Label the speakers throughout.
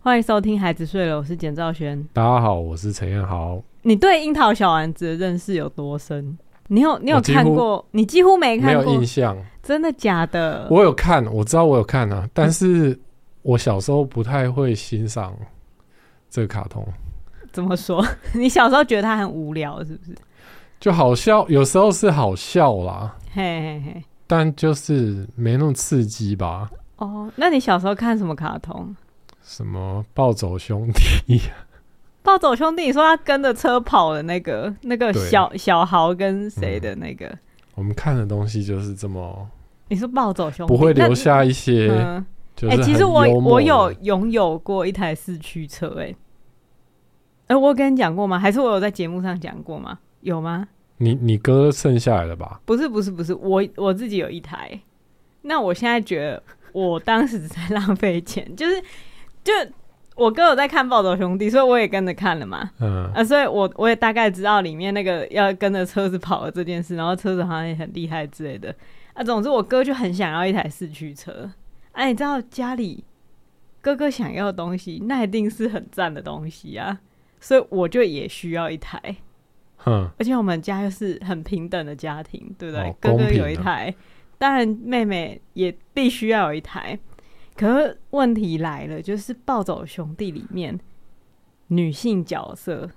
Speaker 1: 欢迎收听《孩子睡了》，我是简兆轩。
Speaker 2: 大家好，我是陈彦豪。
Speaker 1: 你对樱桃小丸子的认识有多深？你有你有
Speaker 2: 我几乎
Speaker 1: 看过？你几乎没
Speaker 2: 没
Speaker 1: 看
Speaker 2: 有
Speaker 1: 过
Speaker 2: 印，象，
Speaker 1: 真的假的？
Speaker 2: 我有看，我知道我有看啊，但是我小时候不太会欣赏这个卡通，
Speaker 1: 怎么说？ 你小时候觉得它很无聊，是不是？
Speaker 2: 就好笑，有时候是好笑啦，
Speaker 1: 嘿嘿嘿。
Speaker 2: 但就是没那么刺激吧。
Speaker 1: 哦，那你小时候看什么卡通？
Speaker 2: 什么暴走兄弟，
Speaker 1: 暴走兄弟，你说他跟着车跑的那个，那个
Speaker 2: 对嗯
Speaker 1: 小小豪跟谁的那个？
Speaker 2: 我们看的东西就是这么
Speaker 1: 你说暴走兄弟
Speaker 2: 不会留
Speaker 1: 哦那
Speaker 2: 下一些，
Speaker 1: 嗯，
Speaker 2: 就
Speaker 1: 哎、
Speaker 2: 是很
Speaker 1: 其实我
Speaker 2: 幽默啊
Speaker 1: 我
Speaker 2: 的
Speaker 1: 有拥有过一台四驱车、哎，哎，我有跟你讲过吗？还是我有在节目上讲过吗？有吗？
Speaker 2: 你你哥剩下来的吧？
Speaker 1: 不是，不是，不是，我我自己有一台。那我现在觉得，我当时在浪费钱，就是就我哥有在看《暴走兄弟》，所以我也跟着看了嘛。
Speaker 2: 嗯，
Speaker 1: 啊，所以我我也大概知道里面那个要跟着车子跑的这件事，然后车子好像也很厉害之类的。啊，总之我哥就很想要一台四驱车。哎、你知道家里哥哥想要的东西，那一定是很赞的东西啊，所以我就也需要一台。
Speaker 2: 哼，
Speaker 1: 而且我们家又是很平等的家庭，对不对？
Speaker 2: 哦
Speaker 1: 哥
Speaker 2: 公
Speaker 1: 哥
Speaker 2: 平
Speaker 1: 有一
Speaker 2: 的
Speaker 1: 台，当然妹妹也必须要有一台。可是问题来了，就是《暴走兄弟》里面女性角色，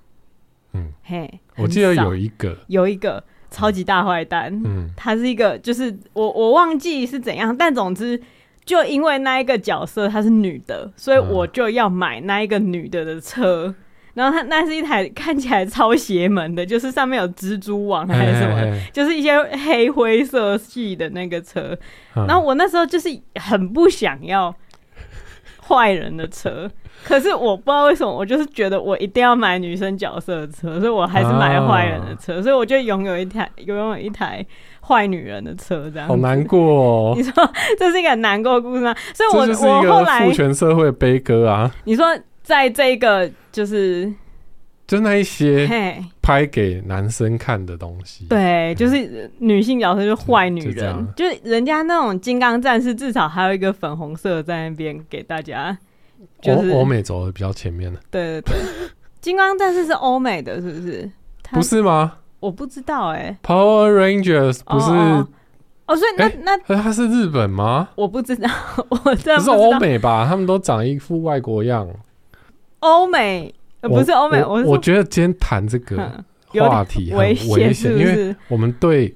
Speaker 2: 嗯，
Speaker 1: 嘿，
Speaker 2: 我记得
Speaker 1: 很少
Speaker 2: 有一个，
Speaker 1: 有一个超级大坏蛋，
Speaker 2: 嗯，
Speaker 1: 他是一个，就是我我忘记是怎样，但总之就因为那一个角色她是女的，所以
Speaker 2: 嗯
Speaker 1: 我就要买那一个女的的车。然后它那是一台看起来超邪门的，就是上面有蜘蛛网还是什么，
Speaker 2: 嘿嘿嘿
Speaker 1: 就是一些黑灰色系的那个车。
Speaker 2: 嗯
Speaker 1: 然后我那时候就是很不想要坏人的车，可是我不知道为什么，我就是觉得我一定要买女生角色的车，所以我还是买了坏人的车，
Speaker 2: 啊
Speaker 1: 所以我就拥有一台拥有一台坏女人的车，这样
Speaker 2: 好难过哦
Speaker 1: 你。说这是一个很难过的故事吗？所以 我
Speaker 2: 这就是一
Speaker 1: 我后
Speaker 2: 个
Speaker 1: 来
Speaker 2: 父权社会悲歌啊！
Speaker 1: 你说在这个就是
Speaker 2: 就那一些
Speaker 1: 嘿，
Speaker 2: 拍给男生看的东西，，
Speaker 1: 对，就是女性角色就是坏女
Speaker 2: 嗯就这
Speaker 1: 人
Speaker 2: 样，
Speaker 1: 就是人家那种金刚战士至少还有一个粉红色在那边给大家，就是
Speaker 2: 欧欧美走的比较前面的，
Speaker 1: 对对对，金刚战士是欧美的，是不是？他
Speaker 2: 不是吗
Speaker 1: 我不知道哎、
Speaker 2: ？Power Rangers
Speaker 1: 哦
Speaker 2: 不是，
Speaker 1: 哦哦，所以那、
Speaker 2: 哎
Speaker 1: 那
Speaker 2: 呃它是日本吗？
Speaker 1: 我不知道， 我真的不知
Speaker 2: 不是
Speaker 1: 道
Speaker 2: 欧美吧？他们都长一副外国样。
Speaker 1: 欧美、呃不是欧美，
Speaker 2: 我
Speaker 1: 是
Speaker 2: 我
Speaker 1: 说
Speaker 2: 觉得今天谈这个
Speaker 1: 嗯有
Speaker 2: 话题
Speaker 1: 点
Speaker 2: 很
Speaker 1: 危
Speaker 2: 危
Speaker 1: 是
Speaker 2: 险，
Speaker 1: 不
Speaker 2: 因为
Speaker 1: 是？
Speaker 2: 我们对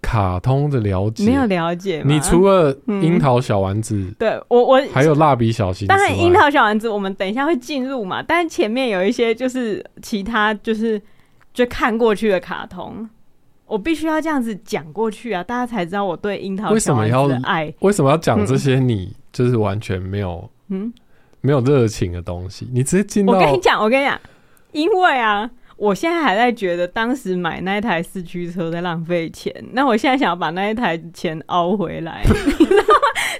Speaker 2: 卡通的了解
Speaker 1: 没有了解吗，
Speaker 2: 你除了
Speaker 1: 嗯
Speaker 2: 樱桃小丸子，
Speaker 1: 对我我
Speaker 2: 还有蜡笔小新之
Speaker 1: 当
Speaker 2: 外，
Speaker 1: 然，樱桃小丸子我们等一下会进入嘛，但是前面有一些就是其他就是就看过去的卡通，我必须要这样子讲过去啊，大家才知道我对樱桃
Speaker 2: 为
Speaker 1: 小
Speaker 2: 什么
Speaker 1: 丸
Speaker 2: 要
Speaker 1: 子的爱。
Speaker 2: 为什么要讲这些？你就是完全没有
Speaker 1: 嗯，
Speaker 2: 没有热情的东西，你直接进到
Speaker 1: 我跟你讲，我跟你讲，因为啊，我现在还在觉得当时买那一台四驱车在浪费钱，那我现在想要把那一台钱熬回 来。你知道吗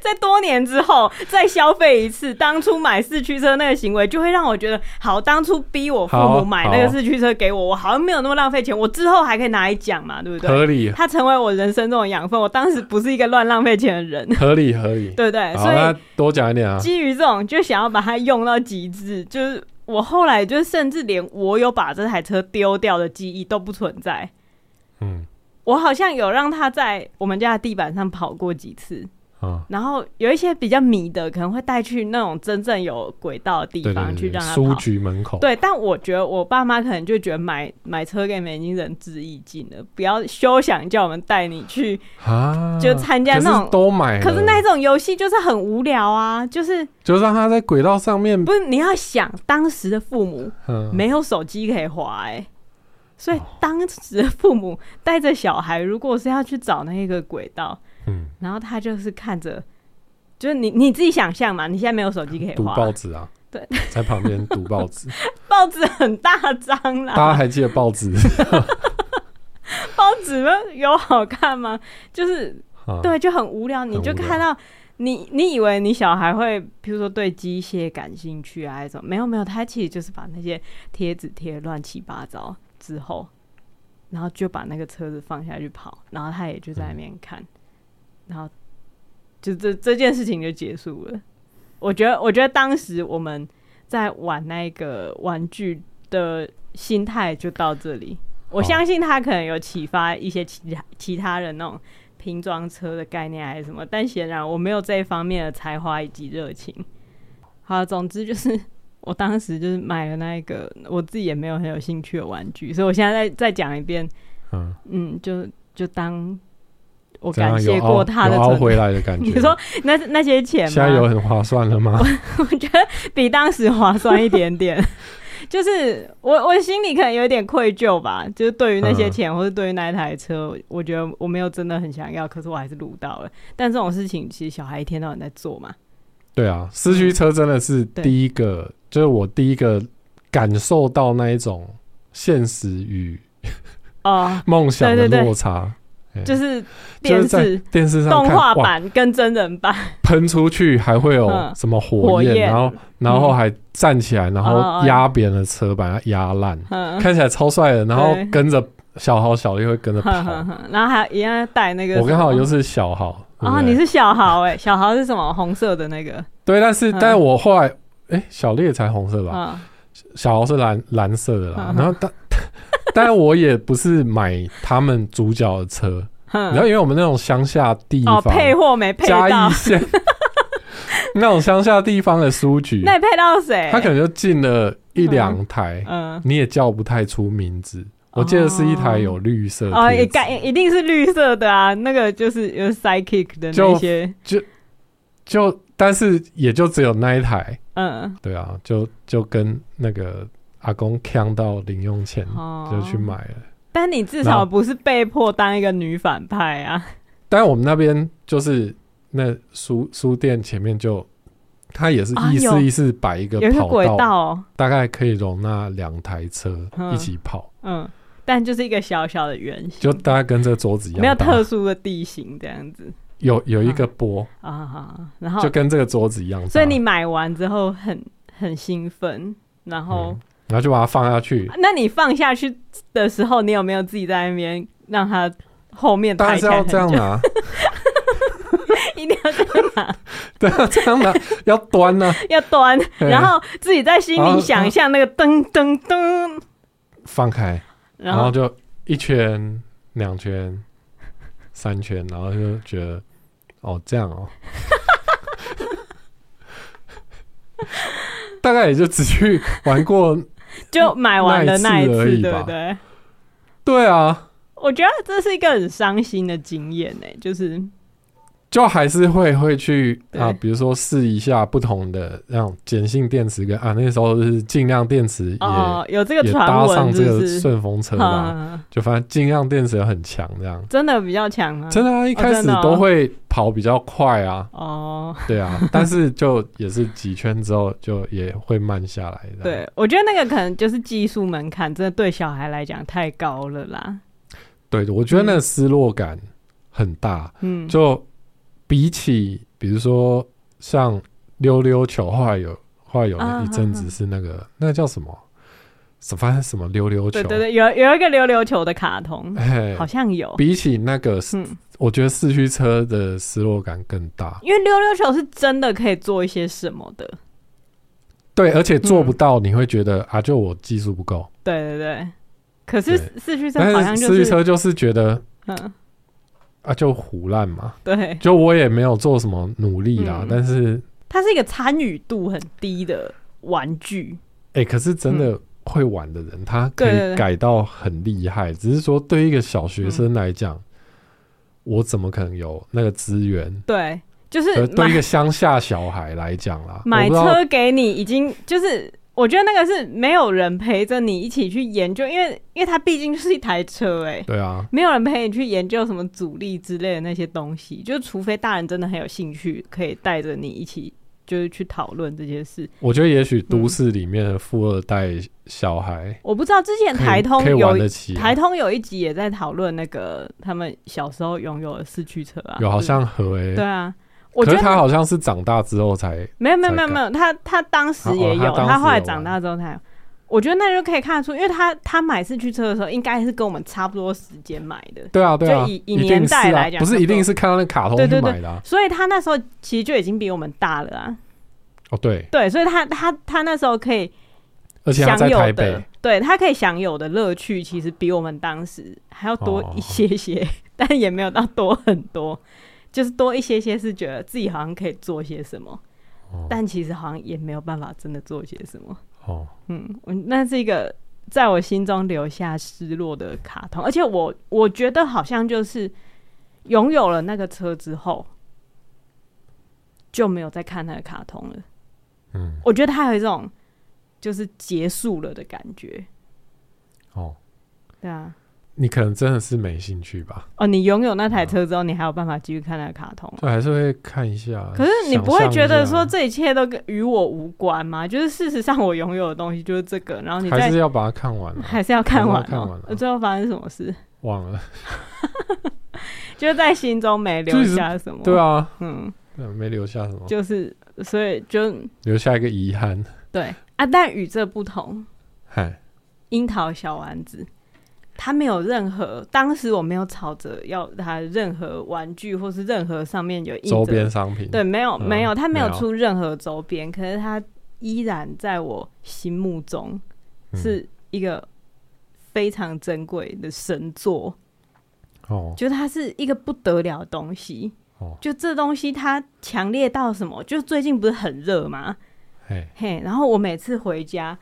Speaker 1: 在多年之后再消费一次，当初买四驱车那个行为，就会让我觉得，好，当初逼我父母
Speaker 2: 好
Speaker 1: 买那个
Speaker 2: 好
Speaker 1: 四驱车给我，我好像没有那么浪费钱，我之后还可以拿来讲嘛， 对不对？
Speaker 2: 合理
Speaker 1: 它成为我人生中的养分，我当时不是一个乱浪费钱的人，
Speaker 2: 合理合理。
Speaker 1: 对不对？
Speaker 2: 好，
Speaker 1: 所以
Speaker 2: 那多讲一点啊。
Speaker 1: 基于这种，就想要把它用到极致。就是我后来，就是甚至连我有把这台车丢掉的记忆都不存在。
Speaker 2: 嗯
Speaker 1: 我好像有让它在我们家的地板上跑过几次，
Speaker 2: 啊，
Speaker 1: 然后有一些比较迷的，可能会带去那种真正有轨道的地
Speaker 2: 对对
Speaker 1: 方去
Speaker 2: 对对，
Speaker 1: 让它
Speaker 2: 书
Speaker 1: 跑。
Speaker 2: 局门口。
Speaker 1: 对，但我觉得我爸妈可能就觉得买买车给美金仁至义尽了，不要休想叫我们带你去
Speaker 2: 啊，
Speaker 1: 就参加
Speaker 2: 可是
Speaker 1: 那种
Speaker 2: 都买了，
Speaker 1: 嗯可是那种游戏就是很无聊啊，就是
Speaker 2: 就让他在轨道上面，
Speaker 1: 不是你要想当时的父母
Speaker 2: 嗯，哦
Speaker 1: 没有手机可以滑哎、所以当时的父母带着小孩，如果是要去找那个轨道，
Speaker 2: 嗯，
Speaker 1: 然后他就是看着，就是你你自己想象嘛，你现在没有手机可以
Speaker 2: 读
Speaker 1: 滑，
Speaker 2: 报纸啊，
Speaker 1: 对，
Speaker 2: 在旁边读报 纸，
Speaker 1: 报纸很大张
Speaker 2: 大家
Speaker 1: 啦，
Speaker 2: 还记得报纸？
Speaker 1: 报纸有好看吗？就是
Speaker 2: 啊，
Speaker 1: 对，就很无聊，你
Speaker 2: 很
Speaker 1: 就
Speaker 2: 无
Speaker 1: 看到你，你以为你小孩会，比如说对机械感兴趣啊，还是什么？没有没有，他其实就是把那些贴纸贴乱七八糟之后，然后就把那个车子放下去跑，然后他也就在那边看，然后就这这件事情就结束了。我觉得，我觉得当时我们在玩那个玩具的心态就到这里。我
Speaker 2: 哦
Speaker 1: 相信他可能有启发一些其他其他人那种拼装车的概念还是什么，但显然我没有这一方面的才华以及热情。好，总之就是我当时就是买了那一个我自己也没有很有兴趣的玩具，所以我现在再再讲一遍，
Speaker 2: 嗯，
Speaker 1: 嗯，就就当我
Speaker 2: 这样
Speaker 1: 感
Speaker 2: 有
Speaker 1: 谢
Speaker 2: 凹
Speaker 1: 过他的
Speaker 2: 有凹
Speaker 1: 存在。
Speaker 2: 回来的感 觉。
Speaker 1: 你说那那些钱
Speaker 2: 现
Speaker 1: 吗
Speaker 2: 在？有很划算了吗？
Speaker 1: 我觉得比当时划算一点点。 就是我我心里可能有点愧疚吧，就是对于那
Speaker 2: 嗯
Speaker 1: 些钱、或者对于那一台车，我我觉得我没有真的很想要，可是我还是撸到了。但这种事情其实小孩一天到晚在做嘛，
Speaker 2: 对啊，四驱车真的是
Speaker 1: 嗯对
Speaker 2: 第一个，就是我第一个感受到那一种现实与
Speaker 1: 哦、
Speaker 2: 梦想的
Speaker 1: 对对对
Speaker 2: 落差。哎
Speaker 1: 就是
Speaker 2: 就
Speaker 1: 电
Speaker 2: 是在
Speaker 1: 视
Speaker 2: 电视上
Speaker 1: 动
Speaker 2: 看
Speaker 1: 画
Speaker 2: 哇
Speaker 1: 版跟真人版，
Speaker 2: 喷出去还会有
Speaker 1: 嗯
Speaker 2: 什么
Speaker 1: 火
Speaker 2: 火焰，
Speaker 1: 焰
Speaker 2: 然后然后还站起来，然
Speaker 1: 哦
Speaker 2: 后
Speaker 1: 哦
Speaker 2: 压别人的车，把它压烂，
Speaker 1: 嗯，
Speaker 2: 看起来超帅的。然后
Speaker 1: 对
Speaker 2: 跟着小豪小丽会跟着跑。
Speaker 1: 哼哼哼然后还一样带那个什么，
Speaker 2: 我刚好又是小豪，对不
Speaker 1: 啊，
Speaker 2: 对
Speaker 1: 你是小豪哎、小豪是什么红色的那个
Speaker 2: 对，但是
Speaker 1: 嗯
Speaker 2: 但我后来，哎，小丽也才红色吧？
Speaker 1: 啊？
Speaker 2: 小豪是蓝蓝色的啦
Speaker 1: 嗯，哼
Speaker 2: 然后但但我也不是买他们主角的车，然
Speaker 1: 哼
Speaker 2: 后因为我们那种乡下地
Speaker 1: 嗯哦，
Speaker 2: 方，
Speaker 1: 配货没配
Speaker 2: 嘉
Speaker 1: 到
Speaker 2: 义，县那种乡下地方的书局
Speaker 1: 那，你配到谁？
Speaker 2: 他可能就进了一两台，
Speaker 1: 嗯。
Speaker 2: 你也叫不太出名字。我记得是一台有绿色
Speaker 1: 哦，
Speaker 2: 贴
Speaker 1: 也
Speaker 2: 纸
Speaker 1: 干一定是绿色的啊，那个就是有 psychic 的那
Speaker 2: 就
Speaker 1: 些，
Speaker 2: 就但是也就只有那一台，
Speaker 1: 嗯，
Speaker 2: 对啊，就就跟那个阿公呛到零用钱
Speaker 1: 哦，
Speaker 2: 就去。买了。
Speaker 1: 但你至
Speaker 2: 然
Speaker 1: 少
Speaker 2: 后
Speaker 1: 不是被迫当一个女反派啊，
Speaker 2: 但我们那边就是那书书店前面就，它也是
Speaker 1: 啊
Speaker 2: 一
Speaker 1: 有
Speaker 2: 式一式摆一个
Speaker 1: 有一个
Speaker 2: 跑
Speaker 1: 轨
Speaker 2: 道，
Speaker 1: 道、哦，
Speaker 2: 大概可以容纳两台车
Speaker 1: 嗯
Speaker 2: 一起跑，
Speaker 1: 嗯，但就是一个小小的圆形，
Speaker 2: 就大家跟这桌子一样大，啊
Speaker 1: 没有特殊的地形这样子
Speaker 2: 有有一个波，
Speaker 1: 啊。然后
Speaker 2: 就，跟这个桌子一样大，啊
Speaker 1: 所以你买完之后很很兴奋，然后啊
Speaker 2: 嗯、然后就把它放下去，
Speaker 1: 那你放下去的时候，你有没有自己在那边让它后面
Speaker 2: 当
Speaker 1: 抬起
Speaker 2: 然是
Speaker 1: 来
Speaker 2: 要
Speaker 1: 很
Speaker 2: 这样
Speaker 1: 久，
Speaker 2: 拿，
Speaker 1: 一定要这样拿
Speaker 2: 对啊，这样拿要端呢、啊，
Speaker 1: 要端，
Speaker 2: 对哦
Speaker 1: 然后自己在心里想象那个噔噔噔，
Speaker 2: 放开，
Speaker 1: 然
Speaker 2: 然后
Speaker 1: 后
Speaker 2: 哦就一圈、两圈、三圈，然后就觉得哦这 样哦，大概也就只去玩过，
Speaker 1: 就买完了那一
Speaker 2: 那一次而
Speaker 1: 次，
Speaker 2: 已
Speaker 1: 对
Speaker 2: 吧
Speaker 1: 不对？
Speaker 2: 对啊，
Speaker 1: 我觉得这是一个很伤心的经验呢、就是
Speaker 2: 就还是会会去啊，
Speaker 1: 对
Speaker 2: 比如说试一下不同的那种碱性电池跟啊，那时候是尽量电池也、
Speaker 1: 哦，有这个
Speaker 2: 也
Speaker 1: 传
Speaker 2: 搭上
Speaker 1: 闻，
Speaker 2: 这
Speaker 1: 是不
Speaker 2: 个
Speaker 1: 是？
Speaker 2: 顺风车吧，
Speaker 1: 啊，
Speaker 2: 就反正尽量电池很强这样。
Speaker 1: 真的比较强啊！
Speaker 2: 真的啊，一开始
Speaker 1: 真的嗯哦
Speaker 2: 都会跑比较快啊，
Speaker 1: 哦，
Speaker 2: 对啊，但是就也是几圈之后就也会慢下来的。，
Speaker 1: 对，我觉得那个可能就是技术门槛，真的对小孩来讲太高了啦。
Speaker 2: 对，我觉得那个失落感很大，
Speaker 1: 嗯，
Speaker 2: 就比起比如说像溜溜球，后来有后来有那
Speaker 1: 啊
Speaker 2: 一阵子是那个、那个叫什么，什反正什么溜溜球，啊
Speaker 1: 对对对，有有一个溜溜球的卡通，
Speaker 2: 哎
Speaker 1: 好像有，
Speaker 2: 比起那个，
Speaker 1: 嗯，
Speaker 2: 我觉得四驱车的失落感更大。
Speaker 1: 因为溜溜球是真的可以做一些什么的。
Speaker 2: 对，而且做
Speaker 1: 嗯
Speaker 2: 不到，你会觉得、啊，就我技术不够。
Speaker 1: 对对对，可是
Speaker 2: 对
Speaker 1: 四驱车好
Speaker 2: 但
Speaker 1: 像
Speaker 2: 是
Speaker 1: 就
Speaker 2: 四驱
Speaker 1: 是，
Speaker 2: 车就是觉得
Speaker 1: 嗯，
Speaker 2: 啊，就胡烂嘛，
Speaker 1: 对，
Speaker 2: 就我也没有做什么努力啦，
Speaker 1: 嗯
Speaker 2: 但是
Speaker 1: 它是一个参与度很低的玩具，
Speaker 2: 哎、可是真的会玩的人，他可
Speaker 1: 嗯对对
Speaker 2: 以
Speaker 1: 对
Speaker 2: 改到很厉害，只是说对一个小学生来讲，
Speaker 1: 嗯
Speaker 2: 我怎么可能有那个资源？
Speaker 1: 对，就是
Speaker 2: 呃，对一
Speaker 1: 买
Speaker 2: 个乡下小孩来讲啦，
Speaker 1: 买
Speaker 2: 我不知道
Speaker 1: 车给你已经就是。我觉得那个是没有人陪着你一起去研究，因为因为它毕竟就是一台车哎、
Speaker 2: 对啊，
Speaker 1: 没有人陪你去研究什么阻力之类的那些东西，就除非大人真的很有兴趣，可以带着你一起就是去讨论这些事。
Speaker 2: 我觉得也许
Speaker 1: 嗯
Speaker 2: 都市里面的富二代小孩
Speaker 1: 我不知道之前
Speaker 2: 可以
Speaker 1: 台通
Speaker 2: 可以
Speaker 1: 有
Speaker 2: 玩得起啊、
Speaker 1: 台通有一集也在讨论那个他们小时候拥有的四驱车啊，
Speaker 2: 有好
Speaker 1: 对
Speaker 2: 像和诶、
Speaker 1: 对啊，我觉
Speaker 2: 可
Speaker 1: 得
Speaker 2: 是他好像是长大之后才
Speaker 1: 没有没有
Speaker 2: 才
Speaker 1: 没有没有，他他当时
Speaker 2: 哦
Speaker 1: 也
Speaker 2: 他
Speaker 1: 有，
Speaker 2: 当时
Speaker 1: 他后来
Speaker 2: 有
Speaker 1: 长
Speaker 2: 玩
Speaker 1: 大之后才有。我觉得那就可以看得出，因为他他买四驱车的时候，应该是跟我们差不多时间买的，
Speaker 2: 对啊，对啊，
Speaker 1: 以以
Speaker 2: 一定
Speaker 1: 年代
Speaker 2: 是啊
Speaker 1: 来讲
Speaker 2: 不
Speaker 1: 差
Speaker 2: 是
Speaker 1: 不
Speaker 2: 一定
Speaker 1: 多
Speaker 2: 是看到那卡通
Speaker 1: 对
Speaker 2: 去
Speaker 1: 对对
Speaker 2: 买的啊、
Speaker 1: 所以他那时候其实就已经比我们大了啊。
Speaker 2: 哦，对，
Speaker 1: 对，所以他他他那时候可以
Speaker 2: 而且他
Speaker 1: 享
Speaker 2: 在台
Speaker 1: 有
Speaker 2: 北
Speaker 1: 的，，对他可以享有的乐趣，其实比我们当时还要多
Speaker 2: 哦
Speaker 1: 一些些，但也没有到多很多，就是多一些些是觉得自己好像可以做些什么，
Speaker 2: 哦
Speaker 1: 但其实好像也没有办法真的做些什么。
Speaker 2: 哦，
Speaker 1: 嗯，我那是一个在我心中留下失落的卡通，而且我我觉得好像就是拥有了那个车之后，就没有再看那个卡通了。
Speaker 2: 嗯，
Speaker 1: 我觉得它有一种就是结束了的感觉。
Speaker 2: 哦，
Speaker 1: 对啊，
Speaker 2: 你可能真的是没兴趣吧？
Speaker 1: 哦，你拥有那台车之后，你还有办法继续看那个卡通啊、
Speaker 2: 就还是会看一下。
Speaker 1: 可是你
Speaker 2: 想
Speaker 1: 不会
Speaker 2: 象一
Speaker 1: 觉得
Speaker 2: 下
Speaker 1: 说这一切都跟与我无关吗？就是事实上我拥有的东西就是这个，然后你
Speaker 2: 还
Speaker 1: 再
Speaker 2: 是要把它看完、啊？
Speaker 1: 还是要看
Speaker 2: 还是要
Speaker 1: 完、哦，
Speaker 2: 看完啊
Speaker 1: 最后发生什么事？
Speaker 2: 忘了？
Speaker 1: 就是在心中没留
Speaker 2: 就是
Speaker 1: 下什么。
Speaker 2: 对，啊，
Speaker 1: 嗯，
Speaker 2: 对没留下什么，
Speaker 1: 就是所以就
Speaker 2: 留下一个遗憾。
Speaker 1: 对啊，但与这不同，
Speaker 2: 嗨，
Speaker 1: 樱桃小丸子。它没有任何，当时我没有吵着要它任何玩具或是任何上面有印着
Speaker 2: 周边商品，
Speaker 1: 对，，没有、
Speaker 2: 嗯
Speaker 1: 没有，它没有
Speaker 2: 没有
Speaker 1: 出任何周边，可是它依然在我心目中
Speaker 2: 嗯
Speaker 1: 是一个非常珍贵的神作，
Speaker 2: 哦，
Speaker 1: 觉得它是一个不得了的东西。
Speaker 2: 哦
Speaker 1: 就这东西它强烈到什么？就最近不是很热吗？
Speaker 2: 嘿，
Speaker 1: 嘿，然后我每次回家，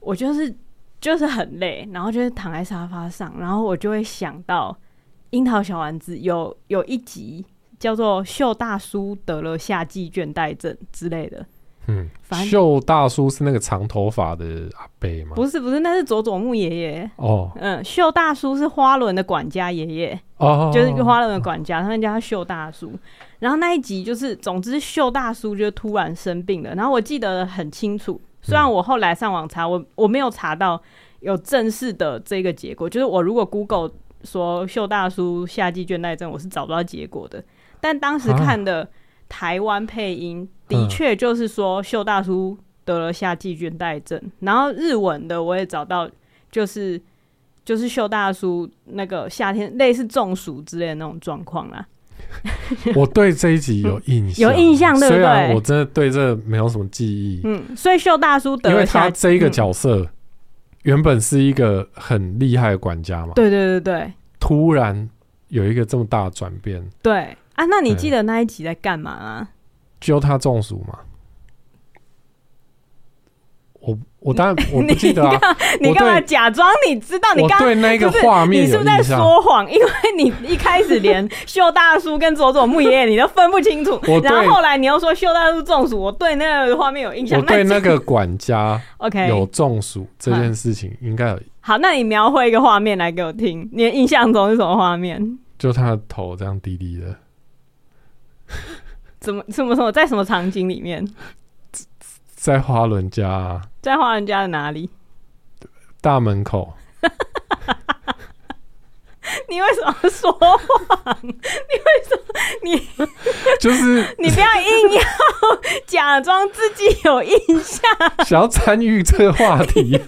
Speaker 1: 我就是就是很累，然后就是躺在沙发上，然后我就会想到《樱桃小丸子》有有一集叫做“秀大叔得了夏季倦怠症”之类的，
Speaker 2: 嗯
Speaker 1: 反，正
Speaker 2: 秀大叔是那个长头发的阿贝吗？
Speaker 1: 不是不是，那是佐佐木爷爷。
Speaker 2: 哦
Speaker 1: 嗯，秀大叔是花轮的管家爷爷，
Speaker 2: 哦，
Speaker 1: 就是花轮的管家，他们叫他秀大叔。然后那一集就是，总之秀大叔就突然生病了。然后我记得很清楚，虽然我后来上网查，我我没有查到有正式的这个结果，就是我如果 Google 说秀大叔夏季倦怠症，我是找不到结果的。但当时
Speaker 2: 啊
Speaker 1: 看的台湾配音的
Speaker 2: 嗯
Speaker 1: 确就是说秀大叔得了夏季倦怠症，然后日文的我也找到，就是就是秀大叔那个夏天类似中暑之类的那种状况啦。
Speaker 2: 我对这一集有印象，
Speaker 1: 嗯有印象对不
Speaker 2: 虽然
Speaker 1: 对
Speaker 2: 我真的对这没有什么记忆，
Speaker 1: 嗯，所以秀大叔得
Speaker 2: 因为
Speaker 1: 了
Speaker 2: 他
Speaker 1: 夏
Speaker 2: 这一个
Speaker 1: 嗯
Speaker 2: 角色原本是一个很厉害的管家嘛，
Speaker 1: 对对对对
Speaker 2: 突然有一个这么大的转变，
Speaker 1: 对啊！那你
Speaker 2: 对
Speaker 1: 记得那一集在干嘛吗？
Speaker 2: 就他中暑嘛。我我当 然我不记得啊，
Speaker 1: 你
Speaker 2: 我
Speaker 1: 干嘛
Speaker 2: 对
Speaker 1: 假装你知道？你
Speaker 2: 我
Speaker 1: 刚
Speaker 2: 对那个
Speaker 1: 不是
Speaker 2: 画面
Speaker 1: 你是
Speaker 2: 有
Speaker 1: 不是在
Speaker 2: 印象。
Speaker 1: 说谎？因为你一开始连秀大叔跟佐佐木爷爷你都分不清楚
Speaker 2: 我，
Speaker 1: 然后
Speaker 2: 对
Speaker 1: 后来你又说秀大叔中暑，我对那个画面有印象。
Speaker 2: 我对那
Speaker 1: 那
Speaker 2: 个管家
Speaker 1: OK
Speaker 2: 有中暑这件事情，应该有，
Speaker 1: 好，那你描绘一个画面来给我听，你的印象中是什么画面？
Speaker 2: 就他的头这样低低的，
Speaker 1: 怎么什么什么在什么场景里面？
Speaker 2: 在花轮家啊、
Speaker 1: 在华人家的哪里？
Speaker 2: 大门口，
Speaker 1: 你为什么说谎？
Speaker 2: 就是
Speaker 1: 你不要硬要假装自己有印象，
Speaker 2: 想要参与这个话题。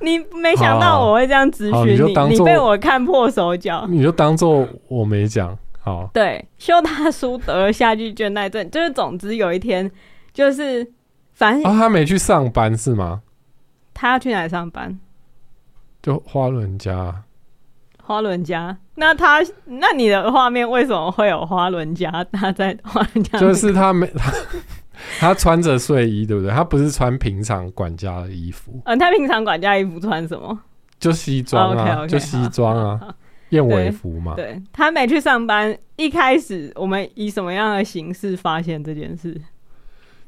Speaker 1: 你没想到我会这样咨
Speaker 2: 好
Speaker 1: 询
Speaker 2: 你就
Speaker 1: 你，
Speaker 2: 当
Speaker 1: 你
Speaker 2: 作
Speaker 1: 被我看破手脚。
Speaker 2: 你就当做我没讲。好，
Speaker 1: 对，修大叔得了夏季倦怠症，就是总之有一天，就是反
Speaker 2: 啊，
Speaker 1: 正
Speaker 2: 他没去上班是吗？
Speaker 1: 他要去哪里上班？
Speaker 2: 就花轮家，
Speaker 1: 花轮家。那他，那你的画面为什么会有花轮家？他在花轮 家
Speaker 2: 就是他没 他他穿着睡衣，对不对？他不是穿平常管家的衣服，
Speaker 1: 嗯，他平常管家衣服穿什么？
Speaker 2: 就西装
Speaker 1: 哦
Speaker 2: 啊，
Speaker 1: OK，OK，
Speaker 2: 就西装
Speaker 1: 好
Speaker 2: 啊，燕尾服嘛。
Speaker 1: 对他没去上班，一开始我们以什么样的形式发现这件事？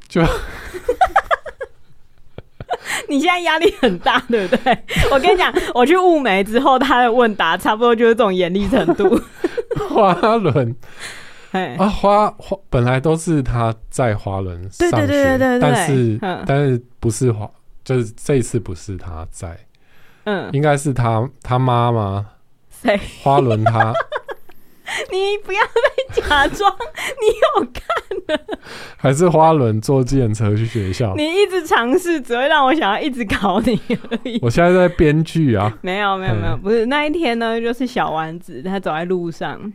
Speaker 2: 就
Speaker 1: 你现在压力很大，对不对？我跟你讲，我去物美之后，他的问答差不多就是这种严厉程度。
Speaker 2: 花轮
Speaker 1: 哎，
Speaker 2: 啊，花花本来都是他在花轮上
Speaker 1: 对对
Speaker 2: 学，
Speaker 1: 对对对对
Speaker 2: 但是
Speaker 1: 嗯
Speaker 2: 但是不是花，就是这一次不是他在，
Speaker 1: 嗯，
Speaker 2: 应该是他他妈妈
Speaker 1: 谁？
Speaker 2: 花 轮他
Speaker 1: 你不要再假装你有看，
Speaker 2: 还是花轮坐自行车去学校。
Speaker 1: 你一直尝试，只会让我想要一直搞你而已。
Speaker 2: 我现在在编剧啊，
Speaker 1: 没有没有没有，
Speaker 2: 嗯
Speaker 1: 不是那一天呢，就是小丸子他走在路上，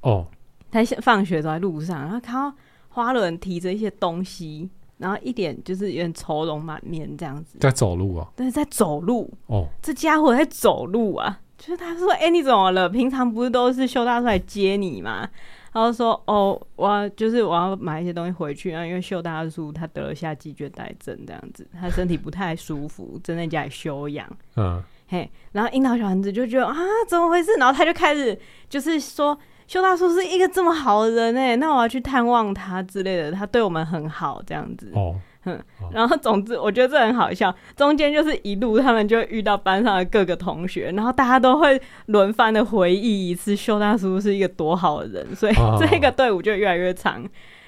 Speaker 2: 哦，
Speaker 1: 他下放学走在路上，然后看到花轮提着一些东西，然后一脸就是有点愁容满面这样子，
Speaker 2: 在走路啊，
Speaker 1: 但是在走路，
Speaker 2: 哦，
Speaker 1: 这家伙在走路啊！就是他说：“哎、你怎么了？平常不是都是秀大叔来接你吗？”然后说：“哦，我要就是我要买一些东西回去啊，因为秀大叔他得了下肌倦怠症，这样子，他身体不太舒服，正在家里休养。”
Speaker 2: 嗯，
Speaker 1: 嘿，然后樱桃小丸子就觉得啊，怎么回事？然后他就开始就是说，修大叔是一个这么好的人哎，那我要去探望他之类的，他对我们很好这样子。
Speaker 2: 哦，
Speaker 1: 然后总之，我觉得这很好笑。中间就是一路他们就遇到班上的各个同学，然后大家都会轮番的回忆一次秀大叔是一个多好的人，所以
Speaker 2: 哦
Speaker 1: 这个队伍就越来越长。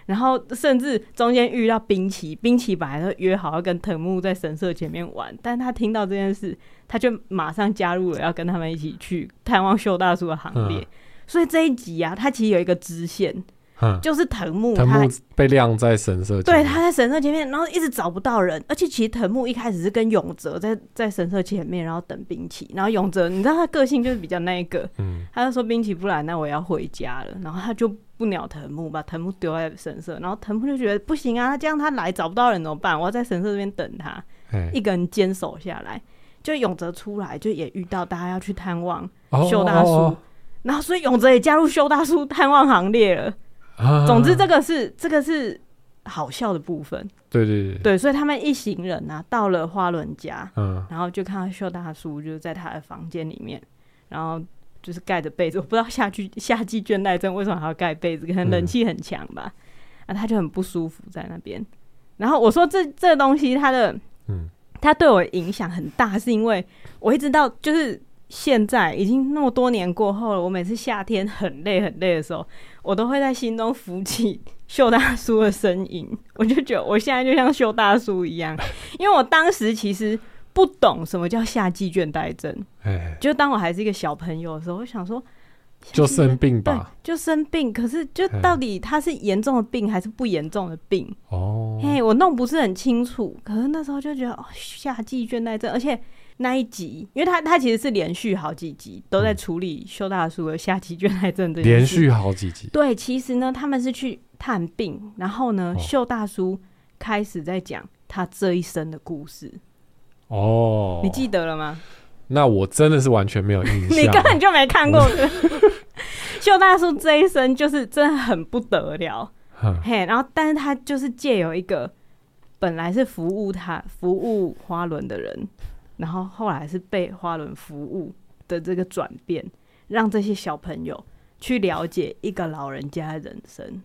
Speaker 1: 然后甚至中间遇到冰崎，冰崎本来都约好要跟藤木在神社前面玩，但他听到这件事，他就马上加入了要跟他们一起去探望秀大叔的行列。
Speaker 2: 嗯
Speaker 1: 所以这一集啊，他其实有一个支线，
Speaker 2: 嗯，
Speaker 1: 就是藤木
Speaker 2: 藤
Speaker 1: 他
Speaker 2: 木被晾在神社前
Speaker 1: 对，
Speaker 2: 面，
Speaker 1: 他在神社前面，然后一直找不到人，而且其实藤木一开始是跟永泽在在神社前面，然后等冰崎，然后永泽你知道他个性就是比较那一个，
Speaker 2: 嗯，
Speaker 1: 他就说冰崎不来，那我要回家了，然后他就不鸟藤木，把藤木丢在神社，然后藤木就觉得不行啊，他这样他来找不到人怎么办？我要在神社这边等他，
Speaker 2: 哎，
Speaker 1: 一个人坚守下来。就永泽出来，就也遇到大家要去探望，
Speaker 2: 哦
Speaker 1: 秀大叔
Speaker 2: 哦
Speaker 1: 然后所以永泽也加入秀大叔探望行列了。
Speaker 2: 哦啊
Speaker 1: 总之，这个是这个是好笑的部分。
Speaker 2: 对对对，
Speaker 1: 对，所以他们一行人啊，到了花轮家，
Speaker 2: 嗯，
Speaker 1: 然后就看到秀大叔就是在他的房间里面，然后就是盖着被子。我不知道夏季夏季倦怠症为什么还要盖被子，可能
Speaker 2: 嗯
Speaker 1: 冷气很强吧。啊，他就很不舒服在那边。然后我说这这东西，它的
Speaker 2: 嗯，
Speaker 1: 它对我影响很大，是因为我一直到就是现在已经那么多年过后了，我每次夏天很累很累的时候，我都会在心中浮起秀大叔的身影，我就觉得我现在就像秀大叔一样，因为我当时其实不懂什么叫夏季倦怠症，
Speaker 2: 哎，
Speaker 1: 就当我还是一个小朋友的时候，我想说。
Speaker 2: 就生病
Speaker 1: 对
Speaker 2: 吧，，
Speaker 1: 就生病。可是，就
Speaker 2: 嗯
Speaker 1: 到底它是严重的病还是不严重的病？
Speaker 2: 哦，
Speaker 1: 嘿，我弄不是很清楚，可是那时候就觉得哦，夏季倦怠症，而且那一集，因为他他其实是连续好几集都在处理修大叔的夏季倦怠症这件事
Speaker 2: 连续好几集，
Speaker 1: 对，其实呢，他们是去探病，然后呢，
Speaker 2: 哦
Speaker 1: 秀大叔开始在讲他这一生的故事，
Speaker 2: 哦，
Speaker 1: 你记得了吗？
Speaker 2: 那我真的是完全没有印象，
Speaker 1: 你根本就没看过。 秀大叔这一生就是真的很不得了，
Speaker 2: 嗯
Speaker 1: 嘿，然后但是他就是借由一个本来是服务他服务花轮的人，然后后来是被花轮服务的这个转变，让这些小朋友去了解一个老人家的人生。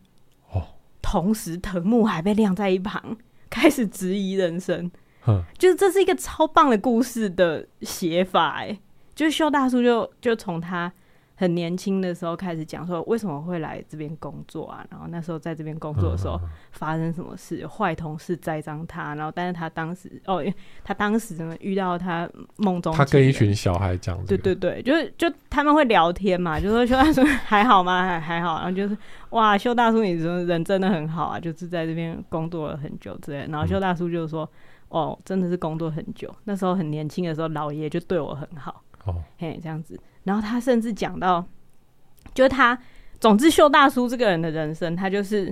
Speaker 2: 哦，
Speaker 1: 同时藤木还被晾在一旁，开始质疑人生。
Speaker 2: 嗯
Speaker 1: 就是这是一个超棒的故事的写法、哎，就是秀大叔就就从他很年轻的时候开始讲说为什么会来这边工作啊，然后那时候在这边工作的时
Speaker 2: 嗯
Speaker 1: 候发生什么事，坏同事栽赃他，然后但是他当时哦，因为他当时真的遇到他梦中
Speaker 2: 他跟一
Speaker 1: 情人
Speaker 2: 群小孩讲这
Speaker 1: 对
Speaker 2: 个，
Speaker 1: 对对，就是就他们会聊天嘛，就说秀大叔还好吗？还还好，然后就是哇，秀大叔你人人真的很好啊，就是在这边工作了很久之类的。然后秀大叔就说，哦，真的是工作很久，那时候很年轻的时候，老爷就对我很好，
Speaker 2: 哦，
Speaker 1: 嘿，这样子。然后他甚至讲到，就是他，总之秀大叔这个人的人生，他就是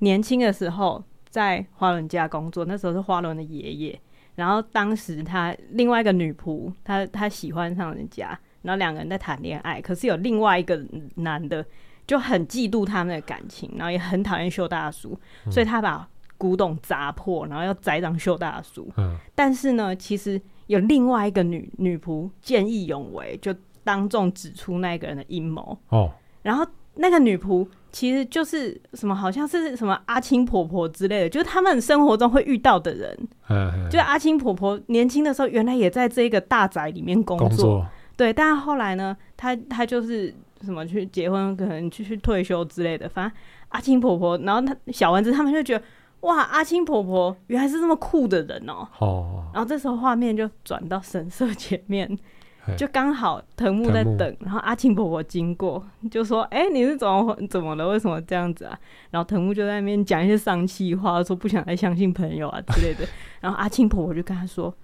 Speaker 1: 年轻的时候在花轮家工作，那时候是花轮的爷爷。然后当时他另外一个女仆，他他喜欢上人家，然后两个人在谈恋爱，可是有另外一个男的就很嫉妒他们的感情，然后也很讨厌秀大叔，所以他把古董砸破，然后要栽赃秀大叔。
Speaker 2: 嗯，
Speaker 1: 但是呢，其实有另外一个女女仆见义勇为，就当众指出那个人的阴谋。
Speaker 2: 哦，
Speaker 1: 然后那个女仆其实就是什么，好像是什么阿青婆婆之类的，就是他们生活中会遇到的人。
Speaker 2: 嗯，
Speaker 1: 就是阿青婆婆年轻的时候，原来也在这个大宅里面工
Speaker 2: 工作，
Speaker 1: 对，但后来呢，她她就是什么去结婚，可能去去退休之类的。反正阿青婆婆，然后她小丸子他们就觉得，哇，阿青婆婆原来是这么酷的人哦、
Speaker 2: 哦，
Speaker 1: 然后这时候画面就转到神社前面
Speaker 2: 嘿，
Speaker 1: 就刚好藤木在
Speaker 2: 藤木
Speaker 1: 等，然后阿庆婆婆经过，就说：“哎、你是怎么怎么了？为什么这样子啊？”然后藤木就在那边讲一些丧气话，说不想再相信朋友啊之类的。然后阿庆婆婆就跟他说：“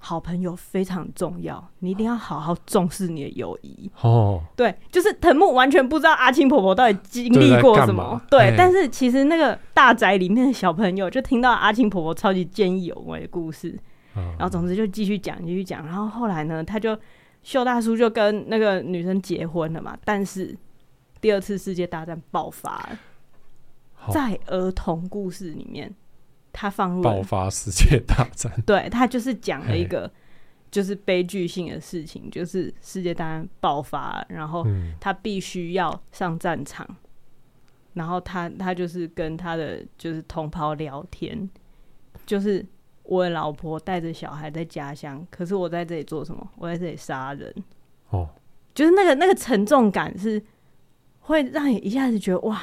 Speaker 1: 好朋友非常重要，你一定要好好重视你的友谊。
Speaker 2: 哦，
Speaker 1: 对，就是藤木完全不知道阿青婆婆到底经历过什么，
Speaker 2: 对在
Speaker 1: 对
Speaker 2: 干嘛嘿。
Speaker 1: 但是其实那个大宅里面的小朋友就听到阿青婆婆超级见义勇为的故事，然后
Speaker 2: 嗯，
Speaker 1: 总之就继续讲，继续讲。然后后来呢，他就秀大叔就跟那个女生结婚了嘛，但是第二次世界大战爆发了，
Speaker 2: 好
Speaker 1: 在儿童故事里面，他放入了
Speaker 2: 爆发世界大战，
Speaker 1: 对他就是讲了一
Speaker 2: 嘿
Speaker 1: 个就是悲剧性的事情，就是世界大战爆发，然后
Speaker 2: 嗯，
Speaker 1: 他必须要上战场，然后他他就是跟他的就是同袍聊天，就是我的老婆带着小孩在家乡，可是我在这里做什么？我在这里杀人，
Speaker 2: 哦，
Speaker 1: 就是那个那个沉重感是会让你一下子觉得哇，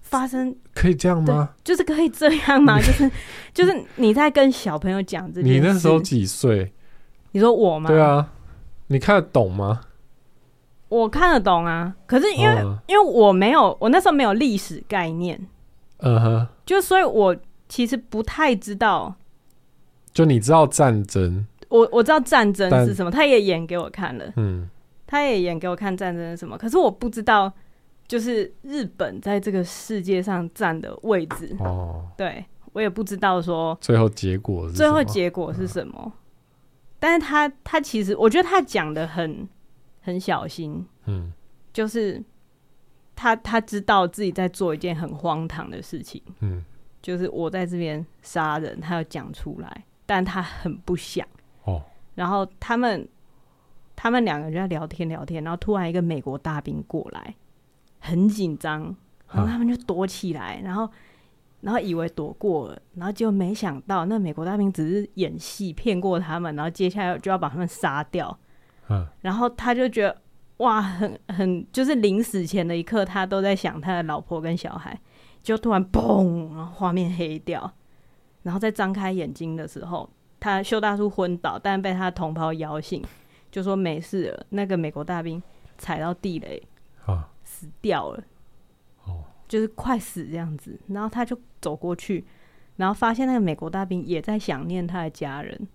Speaker 1: 发生
Speaker 2: 可以这样
Speaker 1: 对
Speaker 2: 吗？
Speaker 1: 就是可以这样 吗？就是就是你在跟小朋友讲这件
Speaker 2: 你
Speaker 1: 事，
Speaker 2: 那时候几岁？
Speaker 1: 你说我吗？
Speaker 2: 对，啊，你看得懂吗？
Speaker 1: 我看得懂啊，可是因为、
Speaker 2: 嗯
Speaker 1: 因为我没有我那时候没有历史概念。
Speaker 2: 嗯哼，
Speaker 1: 就所以，我其实不太知道，
Speaker 2: 就你知道战争，
Speaker 1: 我我知道战争
Speaker 2: 但
Speaker 1: 是什么，他也演给我看了，
Speaker 2: 嗯，
Speaker 1: 他也演给我看战争是什么，可是我不知道，就是日本在这个世界上占的位置，
Speaker 2: 哦，
Speaker 1: 对我也不知道说
Speaker 2: 最后结果是
Speaker 1: 最后
Speaker 2: 什么
Speaker 1: 结果是什么。但是他他其实，我觉得他讲的很很小心，
Speaker 2: 嗯，
Speaker 1: 就是他他知道自己在做一件很荒唐的事情，
Speaker 2: 嗯，
Speaker 1: 就是我在这边杀人，他要讲出来，但他很不想。
Speaker 2: 哦，
Speaker 1: 然后他们他们两个人就在聊天聊天，然后突然一个美国大兵过来，很紧张，然后
Speaker 2: 嗯
Speaker 1: 他们就躲起来，然后然后以为躲过了，然后结果没想到那美国大兵只是演戏骗过他们，然后接下来就要把他们杀掉，
Speaker 2: 嗯，
Speaker 1: 然后他就觉得。哇，很很就是临死前的一刻，他都在想他的老婆跟小孩，就突然砰，然后画面黑掉，然后再张开眼睛的时候，他秀大叔昏倒，但被他的同袍摇醒，就说没事了。那个美国大兵踩到地雷
Speaker 2: 啊，
Speaker 1: 死掉了，
Speaker 2: 哦，
Speaker 1: 就是快死这样子。然后他就走过去，然后发现那个美国大兵也在想念他的家人。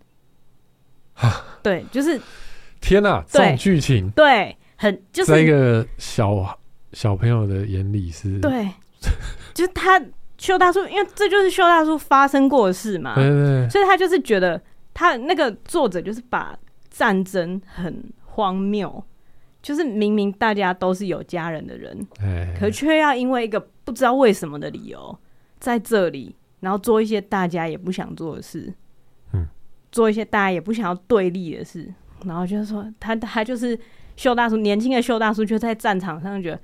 Speaker 1: 对，就是
Speaker 2: 天哪、这
Speaker 1: 对
Speaker 2: 种剧情
Speaker 1: 对，很就
Speaker 2: 在一
Speaker 1: 是
Speaker 2: 个小小朋友的眼里是，
Speaker 1: 对， 就是他秀大叔，因为这就是秀大叔发生过的事嘛。
Speaker 2: 对对对，
Speaker 1: 所以他就是觉得他那个作者就是把战争很荒谬，就是明明大家都是有家人的人，
Speaker 2: 哎，
Speaker 1: 可却要因为一个不知道为什么的理由在这里，然后做一些大家也不想做的事，
Speaker 2: 嗯，
Speaker 1: 做一些大家也不想要对立的事，然后就是说他他就是秀大叔，年轻的秀大叔就在战场上觉得。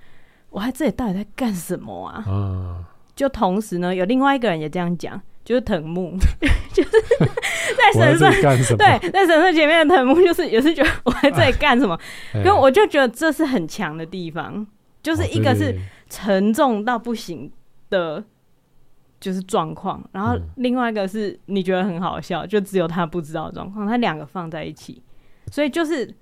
Speaker 1: 我在这里到底在干什么啊？
Speaker 2: 啊，
Speaker 1: 就同时呢，有另外一个人也这样讲，就是藤木， 就是
Speaker 2: 我
Speaker 1: 在
Speaker 2: 在
Speaker 1: 神社
Speaker 2: 这里干什么？
Speaker 1: 对，在神社前面的藤木就是也是觉得我在这里干什么？
Speaker 2: 哎，
Speaker 1: 可我就觉得这是很强的地方，就是
Speaker 2: 哦
Speaker 1: 一个
Speaker 2: 对对
Speaker 1: 是
Speaker 2: 对
Speaker 1: 沉重到不行的，就是状况，然后
Speaker 2: 嗯
Speaker 1: 另外一个是你觉得很好笑，就只有他不知道的状况，他两个放在一起，所以就是。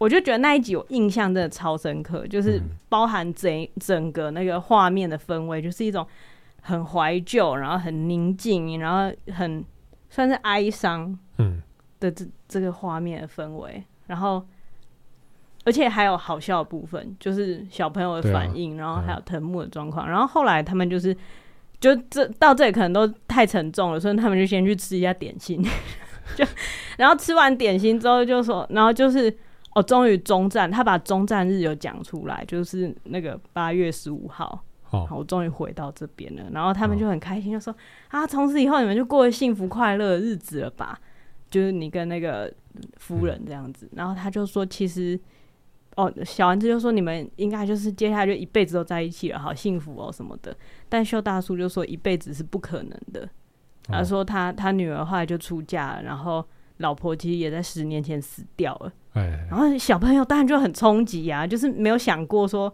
Speaker 1: 我就觉得那一集我印象真的超深刻，就是
Speaker 2: 嗯
Speaker 1: 包含整整个那个画面的氛围，就是一种很怀旧，然后很宁静，然后很算是哀伤，
Speaker 2: 嗯，
Speaker 1: 的这这个画面的氛围，然后而且还有好笑的部分，就是小朋友的
Speaker 2: 对啊
Speaker 1: 反应，然后还
Speaker 2: 嗯
Speaker 1: 有藤木的状况，然后后来他们就是就这到这里可能都太沉重了，所以他们就先去吃一下点心， 就然后吃完点心之后就说，然后就是。哦，终于中战，他把中战日有讲出来，就是那个八月十五号，
Speaker 2: 好，
Speaker 1: 好，我终于回到这边了。然后他们就很开心，就说：“啊，从此以后你们就过幸福快乐的日子了吧？就是你跟那个夫人这样子。然后他就说：“其实，哦，小丸子就说你们应该就是接下来就一辈子都在一起了，好幸福哦什么的。”但秀大叔就说：“一辈子是不可能的。”他
Speaker 2: 哦
Speaker 1: 说他他女儿后来就出嫁了，然后老婆其实也在十年前死掉了。
Speaker 2: 哎，
Speaker 1: 然后小朋友当然就很冲击啊，就是没有想过说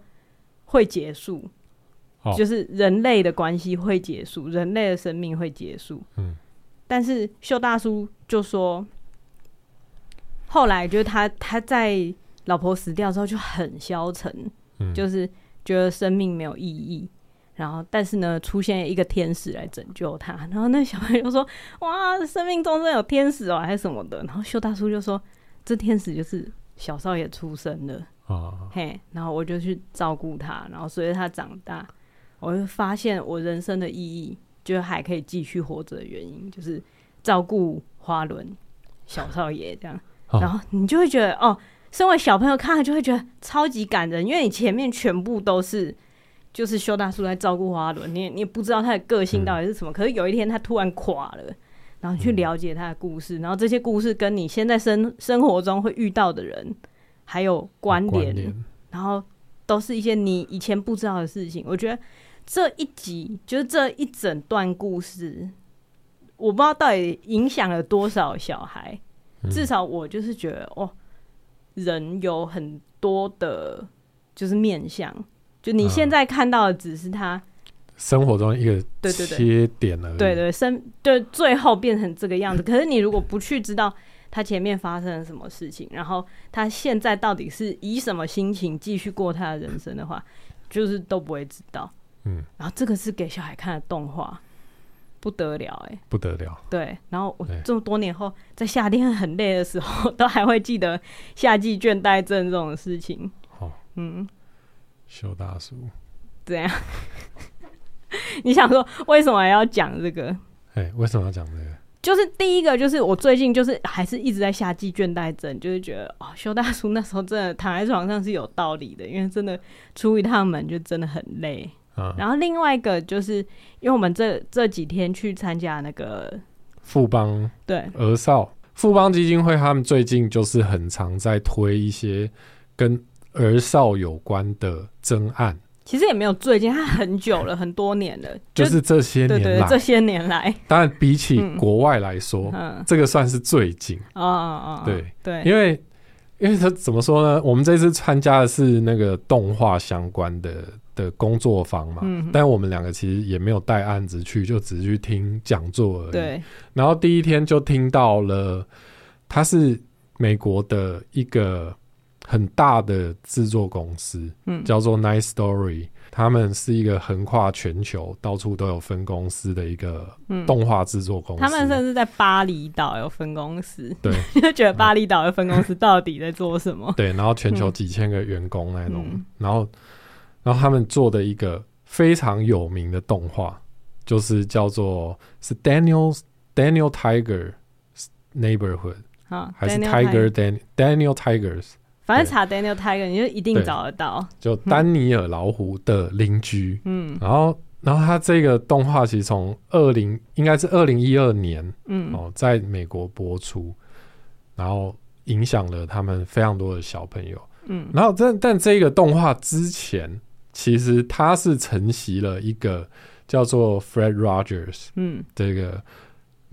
Speaker 1: 会结束，
Speaker 2: 哦
Speaker 1: 就是人类的关系会结束，人类的生命会结束。
Speaker 2: 嗯，
Speaker 1: 但是秀大叔就说，后来就是他他在老婆死掉之后就很消沉，
Speaker 2: 嗯
Speaker 1: 就是觉得生命没有意义。然后，但是呢，出现一个天使来拯救他。然后那小朋友说：“哇，生命中真有天使哦，还是什么的。”然后秀大叔就说：“这天使就是小少爷出生了。”
Speaker 2: 啊，
Speaker 1: 嘿，然后我就去照顾他，然后随着他长大，我就发现我人生的意义，就是还可以继续活着的原因，就是照顾花轮小少爷这样。
Speaker 2: 哦
Speaker 1: 然后你就会觉得，哦，身为小朋友看了就会觉得超级感人，因为你前面全部都是。就是修大叔在照顾花轮，你也你也不知道他的个性到底是什么。可是有一天他突然垮了，然后去了解他的故事，然后这些故事跟你现在生生活中会遇到的人还有关联，然后都是一些你以前不知道的事情。我觉得这一集就是这一整段故事，我不知道到底影响了多少小孩，
Speaker 2: 嗯
Speaker 1: 至少我就是觉得哦，人有很多的，就是面相。就你
Speaker 2: 嗯
Speaker 1: 现在看到的只是他，
Speaker 2: 生活中一个
Speaker 1: 对对对
Speaker 2: 切点而已。
Speaker 1: 对对，生就最后变成这个样子。 可是你如果不去知道他前面发生了什么事情，然后他现在到底是以什么心情继续过他的人生的话，就是都不会知道。
Speaker 2: 嗯，
Speaker 1: 然后这个是给小孩看的动画，不得了哎、
Speaker 2: 不得了，
Speaker 1: 对，然后我
Speaker 2: 对
Speaker 1: 这么多年后，在夏天很累的时候，都还会记得夏季倦怠症这种事情。
Speaker 2: 哦，
Speaker 1: 嗯，
Speaker 2: 修大叔，
Speaker 1: 怎样？ 你想说为什么要讲这个？
Speaker 2: 哎，为什么要讲这个？
Speaker 1: 就是第一个，就是我最近就是还是一直在夏季倦怠症，就是觉得哦，修大叔那时候真的躺在床上是有道理的，因为真的出一趟门就真的很累。
Speaker 2: 啊，
Speaker 1: 然后另外一个就是因为我们这这几天去参加那个
Speaker 2: 富邦
Speaker 1: 对
Speaker 2: 儿少富邦基金会，他们最近就是很常在推一些跟儿少有关的征案，
Speaker 1: 其实也没有最近，他很久了，很多年了，
Speaker 2: 就是这些
Speaker 1: 对
Speaker 2: 年
Speaker 1: 对，
Speaker 2: 来，
Speaker 1: 这些年来，
Speaker 2: 当然比起
Speaker 1: 嗯
Speaker 2: 国外来说，
Speaker 1: 嗯，
Speaker 2: 这个算是最近，
Speaker 1: 哦哦哦，
Speaker 2: 对
Speaker 1: 对，
Speaker 2: 因为因为他怎么说呢？我们这次参加的是那个动画相关的的工作坊嘛，
Speaker 1: 嗯
Speaker 2: 但我们两个其实也没有带案子去，就只是去听讲座而已。，
Speaker 1: 嗯对，
Speaker 2: 然后第一天就听到了，他是美国的一个很大的制作公司，
Speaker 1: 嗯
Speaker 2: 叫做 Nice Story，他们是一个横跨全球、到处都有分公司的一个
Speaker 1: 嗯
Speaker 2: 动画制作公司。
Speaker 1: 他们甚至在巴厘岛有分公司，
Speaker 2: 对
Speaker 1: 就觉得巴厘岛的分公司到底在做什么？
Speaker 2: 对，然后全球几千个员工那种，
Speaker 1: 嗯
Speaker 2: 然后然后他们做的一个非常有名的动画，就是叫做是 Daniel Daniel Tiger Neighborhood
Speaker 1: 啊，
Speaker 2: 还是
Speaker 1: Daniel
Speaker 2: Tiger Dan Daniel Tigers，
Speaker 1: 反正
Speaker 2: 对
Speaker 1: 查 Daniel Tiger 你就一定
Speaker 2: 对
Speaker 1: 找得到。
Speaker 2: 就丹尼尔老虎的邻居。
Speaker 1: 嗯
Speaker 2: 然后然后他这个动画其实从二零应该是二零一二年
Speaker 1: 嗯
Speaker 2: 哦，在美国播出，然后影响了他们非常多的小朋友。
Speaker 1: 嗯
Speaker 2: 然后但但这个动画之前，其实它是承袭了一个叫做 Fred Rogers
Speaker 1: 嗯，
Speaker 2: 这个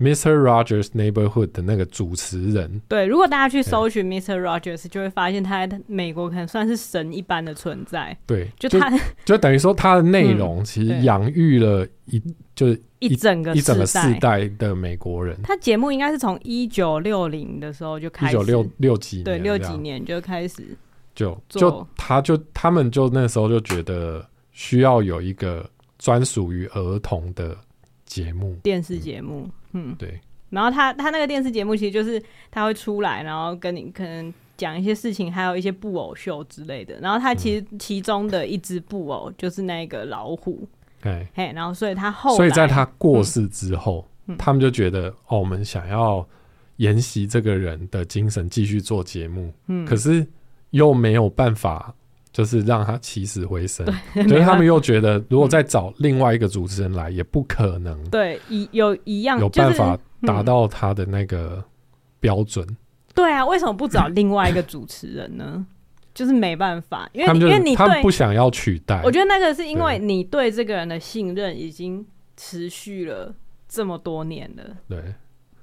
Speaker 2: Mr. Rogers Neighborhood 的那个主持人，
Speaker 1: 对。如果大家去搜寻 Mr. Rogers，就会发现他在美国可能算是神一般的存在，
Speaker 2: 对，
Speaker 1: 就他嗯
Speaker 2: 就等于说它的内容其实
Speaker 1: 对
Speaker 2: 养育了一、就是
Speaker 1: 一整个
Speaker 2: 一整个世
Speaker 1: 代。
Speaker 2: 代的美国人，
Speaker 1: 他节目应该是从一九六零的时候就开
Speaker 2: 一
Speaker 1: 始，
Speaker 2: 九六六几年
Speaker 1: 对
Speaker 2: 这
Speaker 1: 六
Speaker 2: 样
Speaker 1: 几年就开始，
Speaker 2: 就
Speaker 1: 做
Speaker 2: 就他就他们就那时候就觉得需要有一个专属于儿童的节目，
Speaker 1: 电视节目，嗯，
Speaker 2: 对。
Speaker 1: 然后他他那个电视节目其实就是他会出来，然后跟你可能讲一些事情，还有一些布偶秀之类的。然后他其实
Speaker 2: 嗯
Speaker 1: 其中的一只布偶就是那个老虎，
Speaker 2: 哎，
Speaker 1: 嘿，然后所以他后来
Speaker 2: 所以在他过世之后，
Speaker 1: 嗯嗯
Speaker 2: 他们就觉得哦，我们想要沿袭这个人的精神，继续做节目，
Speaker 1: 嗯
Speaker 2: 可是又没有办法，就是让他起死回生。
Speaker 1: 没
Speaker 2: 就是
Speaker 1: 办
Speaker 2: 他
Speaker 1: 法嗯
Speaker 2: 们又觉得，如果再找另外一个主持人来，也不可能
Speaker 1: 对一有一样
Speaker 2: 有
Speaker 1: 就
Speaker 2: 办
Speaker 1: 是
Speaker 2: 法达
Speaker 1: 嗯
Speaker 2: 到他的那个标准。
Speaker 1: 对啊，为什么不找另外一个主持人 呢？就是没办法，因为
Speaker 2: 他
Speaker 1: 你
Speaker 2: 们
Speaker 1: 因
Speaker 2: 就
Speaker 1: 为你
Speaker 2: 他们
Speaker 1: 对
Speaker 2: 不想要取代
Speaker 1: 我。觉得那个是因为
Speaker 2: 对
Speaker 1: 你对这个人的信任已经持续了这么多年了，
Speaker 2: 对，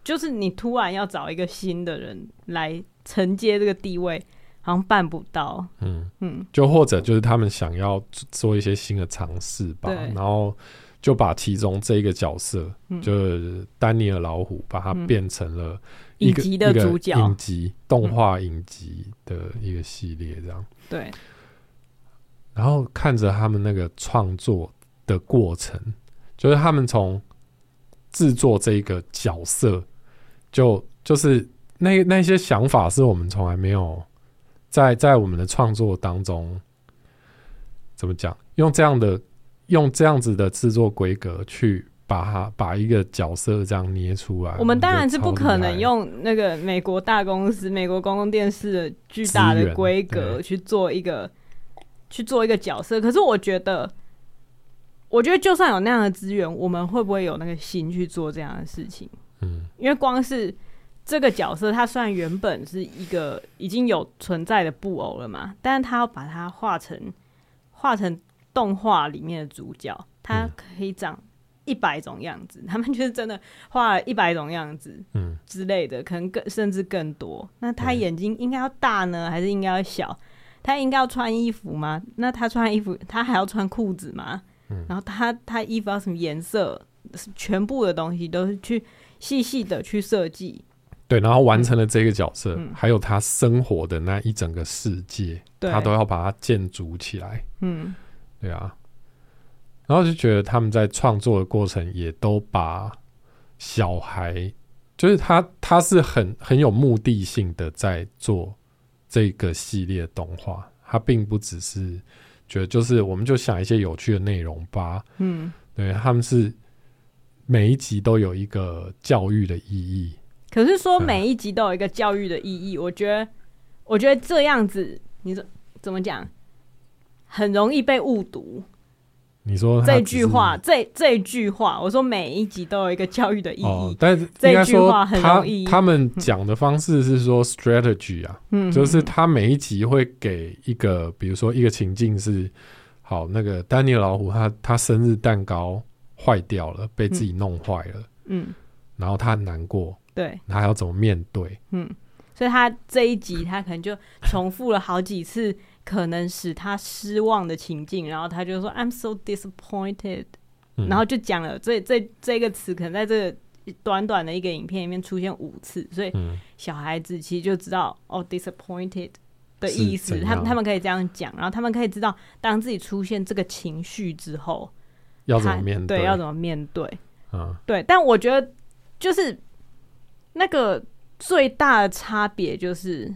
Speaker 1: 就是你突然要找一个新的人来承接这个地位，好像办不到。
Speaker 2: 嗯，
Speaker 1: 嗯，
Speaker 2: 就或者就是他们想要做做一些新的尝试吧
Speaker 1: 对，
Speaker 2: 然后就把其中这一个角色，
Speaker 1: 嗯
Speaker 2: 就是丹尼尔老虎，把它
Speaker 1: 嗯
Speaker 2: 变成了一
Speaker 1: 影
Speaker 2: 个
Speaker 1: 集的
Speaker 2: 一个
Speaker 1: 主角嗯
Speaker 2: 影集动画影集的一个系列这样。
Speaker 1: 对，
Speaker 2: 然后看着他们那个创作的过程，就是他们从制作这一个角色，就就是那那些想法是我们从来没有在在我们的创作当中怎么讲，用这样的用这样子的制作规格去把它把一个角色这样捏出来，
Speaker 1: 我们当
Speaker 2: 觉得
Speaker 1: 然是不
Speaker 2: 超
Speaker 1: 可
Speaker 2: 厉
Speaker 1: 能
Speaker 2: 害
Speaker 1: 用那个美国大公司、美国公共电视的巨大
Speaker 2: 资
Speaker 1: 的
Speaker 2: 源
Speaker 1: 规格
Speaker 2: 对
Speaker 1: 去做一个去做一个角色。可是我觉得，我觉得就算有那样的资源，我们会不会有那个心去做这样的事情？
Speaker 2: 嗯
Speaker 1: 因为光是这个角色，他虽然原本是一个已经有存在的布偶了嘛，但是他要把它画成画成动画里面的主角，他
Speaker 2: 嗯
Speaker 1: 可以长一百种样子。他们就是真的画了一百种样子
Speaker 2: 嗯
Speaker 1: 之类的，可能更甚至更多。那他
Speaker 2: 对
Speaker 1: 眼睛应该要大呢，还是应该要小？他应该要穿衣服吗？那他穿衣服，他还要穿裤子吗？
Speaker 2: 嗯
Speaker 1: 然后他他衣服要什么颜色？是全部的东西都是去细细的去设计。
Speaker 2: 对，然后完成了这个角色，
Speaker 1: 嗯
Speaker 2: 还有他生活的那一整个世界，
Speaker 1: 对，
Speaker 2: 他都要把它建筑起来。
Speaker 1: 嗯，
Speaker 2: 对啊，然后就觉得他们在创作的过程也都把小孩，就是他他是很很有目的性的在做这个系列动画，他并不只是觉得就是我们就想一些有趣的内容吧，
Speaker 1: 嗯，
Speaker 2: 对，他们是每一集都有一个教育的意义，
Speaker 1: 可是说
Speaker 2: 嗯
Speaker 1: 每一集都有一个教育的意义，我觉得，我觉得这样子，你怎怎么讲，很容易被误读。
Speaker 2: 你说他
Speaker 1: 这
Speaker 2: 只
Speaker 1: 句
Speaker 2: 是
Speaker 1: 话，这这句话，我说每一集都有一个教育的意义。
Speaker 2: 哦，但是
Speaker 1: 这
Speaker 2: 应该
Speaker 1: 句
Speaker 2: 说
Speaker 1: 话很
Speaker 2: 他
Speaker 1: 容易
Speaker 2: 他们讲的方式是说 strategy 啊，
Speaker 1: 嗯，
Speaker 2: 就是他每一集会给一个，比如说一个情境是，好，那个丹尼尔老虎他他生日蛋糕坏掉了，被自己弄坏了，
Speaker 1: 嗯，
Speaker 2: 然后他很难过，
Speaker 1: 对，
Speaker 2: 他要怎么面对？
Speaker 1: 所以他这一集他可能就重复了好几次，可能使他失望的情境，然后他就说 "I'm so disappointed"，、
Speaker 2: 嗯
Speaker 1: 然后就讲了这这这个词，可能在这个短短的一个影片里面出现五次，所以
Speaker 2: 嗯，
Speaker 1: 小孩子其实就知道哦，disappointed 的意
Speaker 2: 是
Speaker 1: 思，
Speaker 2: 怎
Speaker 1: 他们
Speaker 2: 样
Speaker 1: 他们可以这样讲，然后他们可以知道，当自己出现这个情绪之后，
Speaker 2: 要怎么
Speaker 1: 他
Speaker 2: 面
Speaker 1: 对，要怎么面对，
Speaker 2: 嗯，
Speaker 1: 对。但我觉得就是那个最大的差别就是，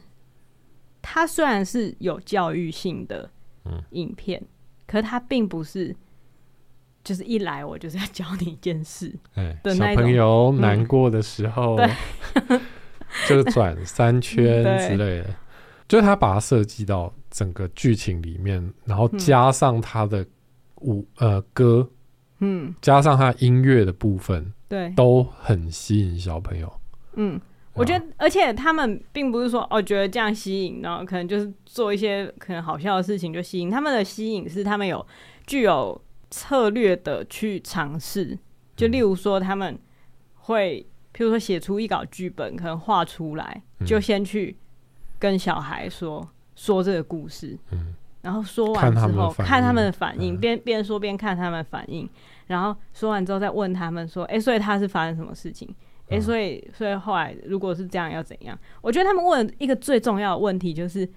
Speaker 1: 它虽然是有教育性的
Speaker 2: 嗯
Speaker 1: 影片，可它并不是。就是一来我就是要教你一件事，
Speaker 2: 哎、
Speaker 1: 的
Speaker 2: 小
Speaker 1: 那
Speaker 2: 朋
Speaker 1: 种嗯
Speaker 2: 友难过的时候，
Speaker 1: 对
Speaker 2: 就转三 圈
Speaker 1: 对
Speaker 2: 之类的，就是他把它设计到整个剧情里面，
Speaker 1: 嗯
Speaker 2: 然后加上他的舞、呃歌，
Speaker 1: 嗯，
Speaker 2: 加上他音乐的部分，
Speaker 1: 对，
Speaker 2: 都很吸引小朋友。啊
Speaker 1: 嗯，我觉得，而且他们并不是说哦，觉得这样吸引，然后可能就是做一些可能好笑的事情就吸引。他们的吸引是他们有具有策略的去尝试，就例如说他们会，譬如说写出一稿剧本，可能画出来，
Speaker 2: 嗯
Speaker 1: 就先去跟小孩说说这个故事，
Speaker 2: 嗯
Speaker 1: 然后说完
Speaker 2: 看
Speaker 1: 之
Speaker 2: 他们的
Speaker 1: 后
Speaker 2: 反应
Speaker 1: 看他们的反应，
Speaker 2: 嗯
Speaker 1: 边边、说边看他们的反应，然后说完之后再问他们说，哎、所以他是发生什么事情？哎、
Speaker 2: 嗯
Speaker 1: 所以所以后来如果是这样要怎样？我觉得他们问一个最重要的问题就是，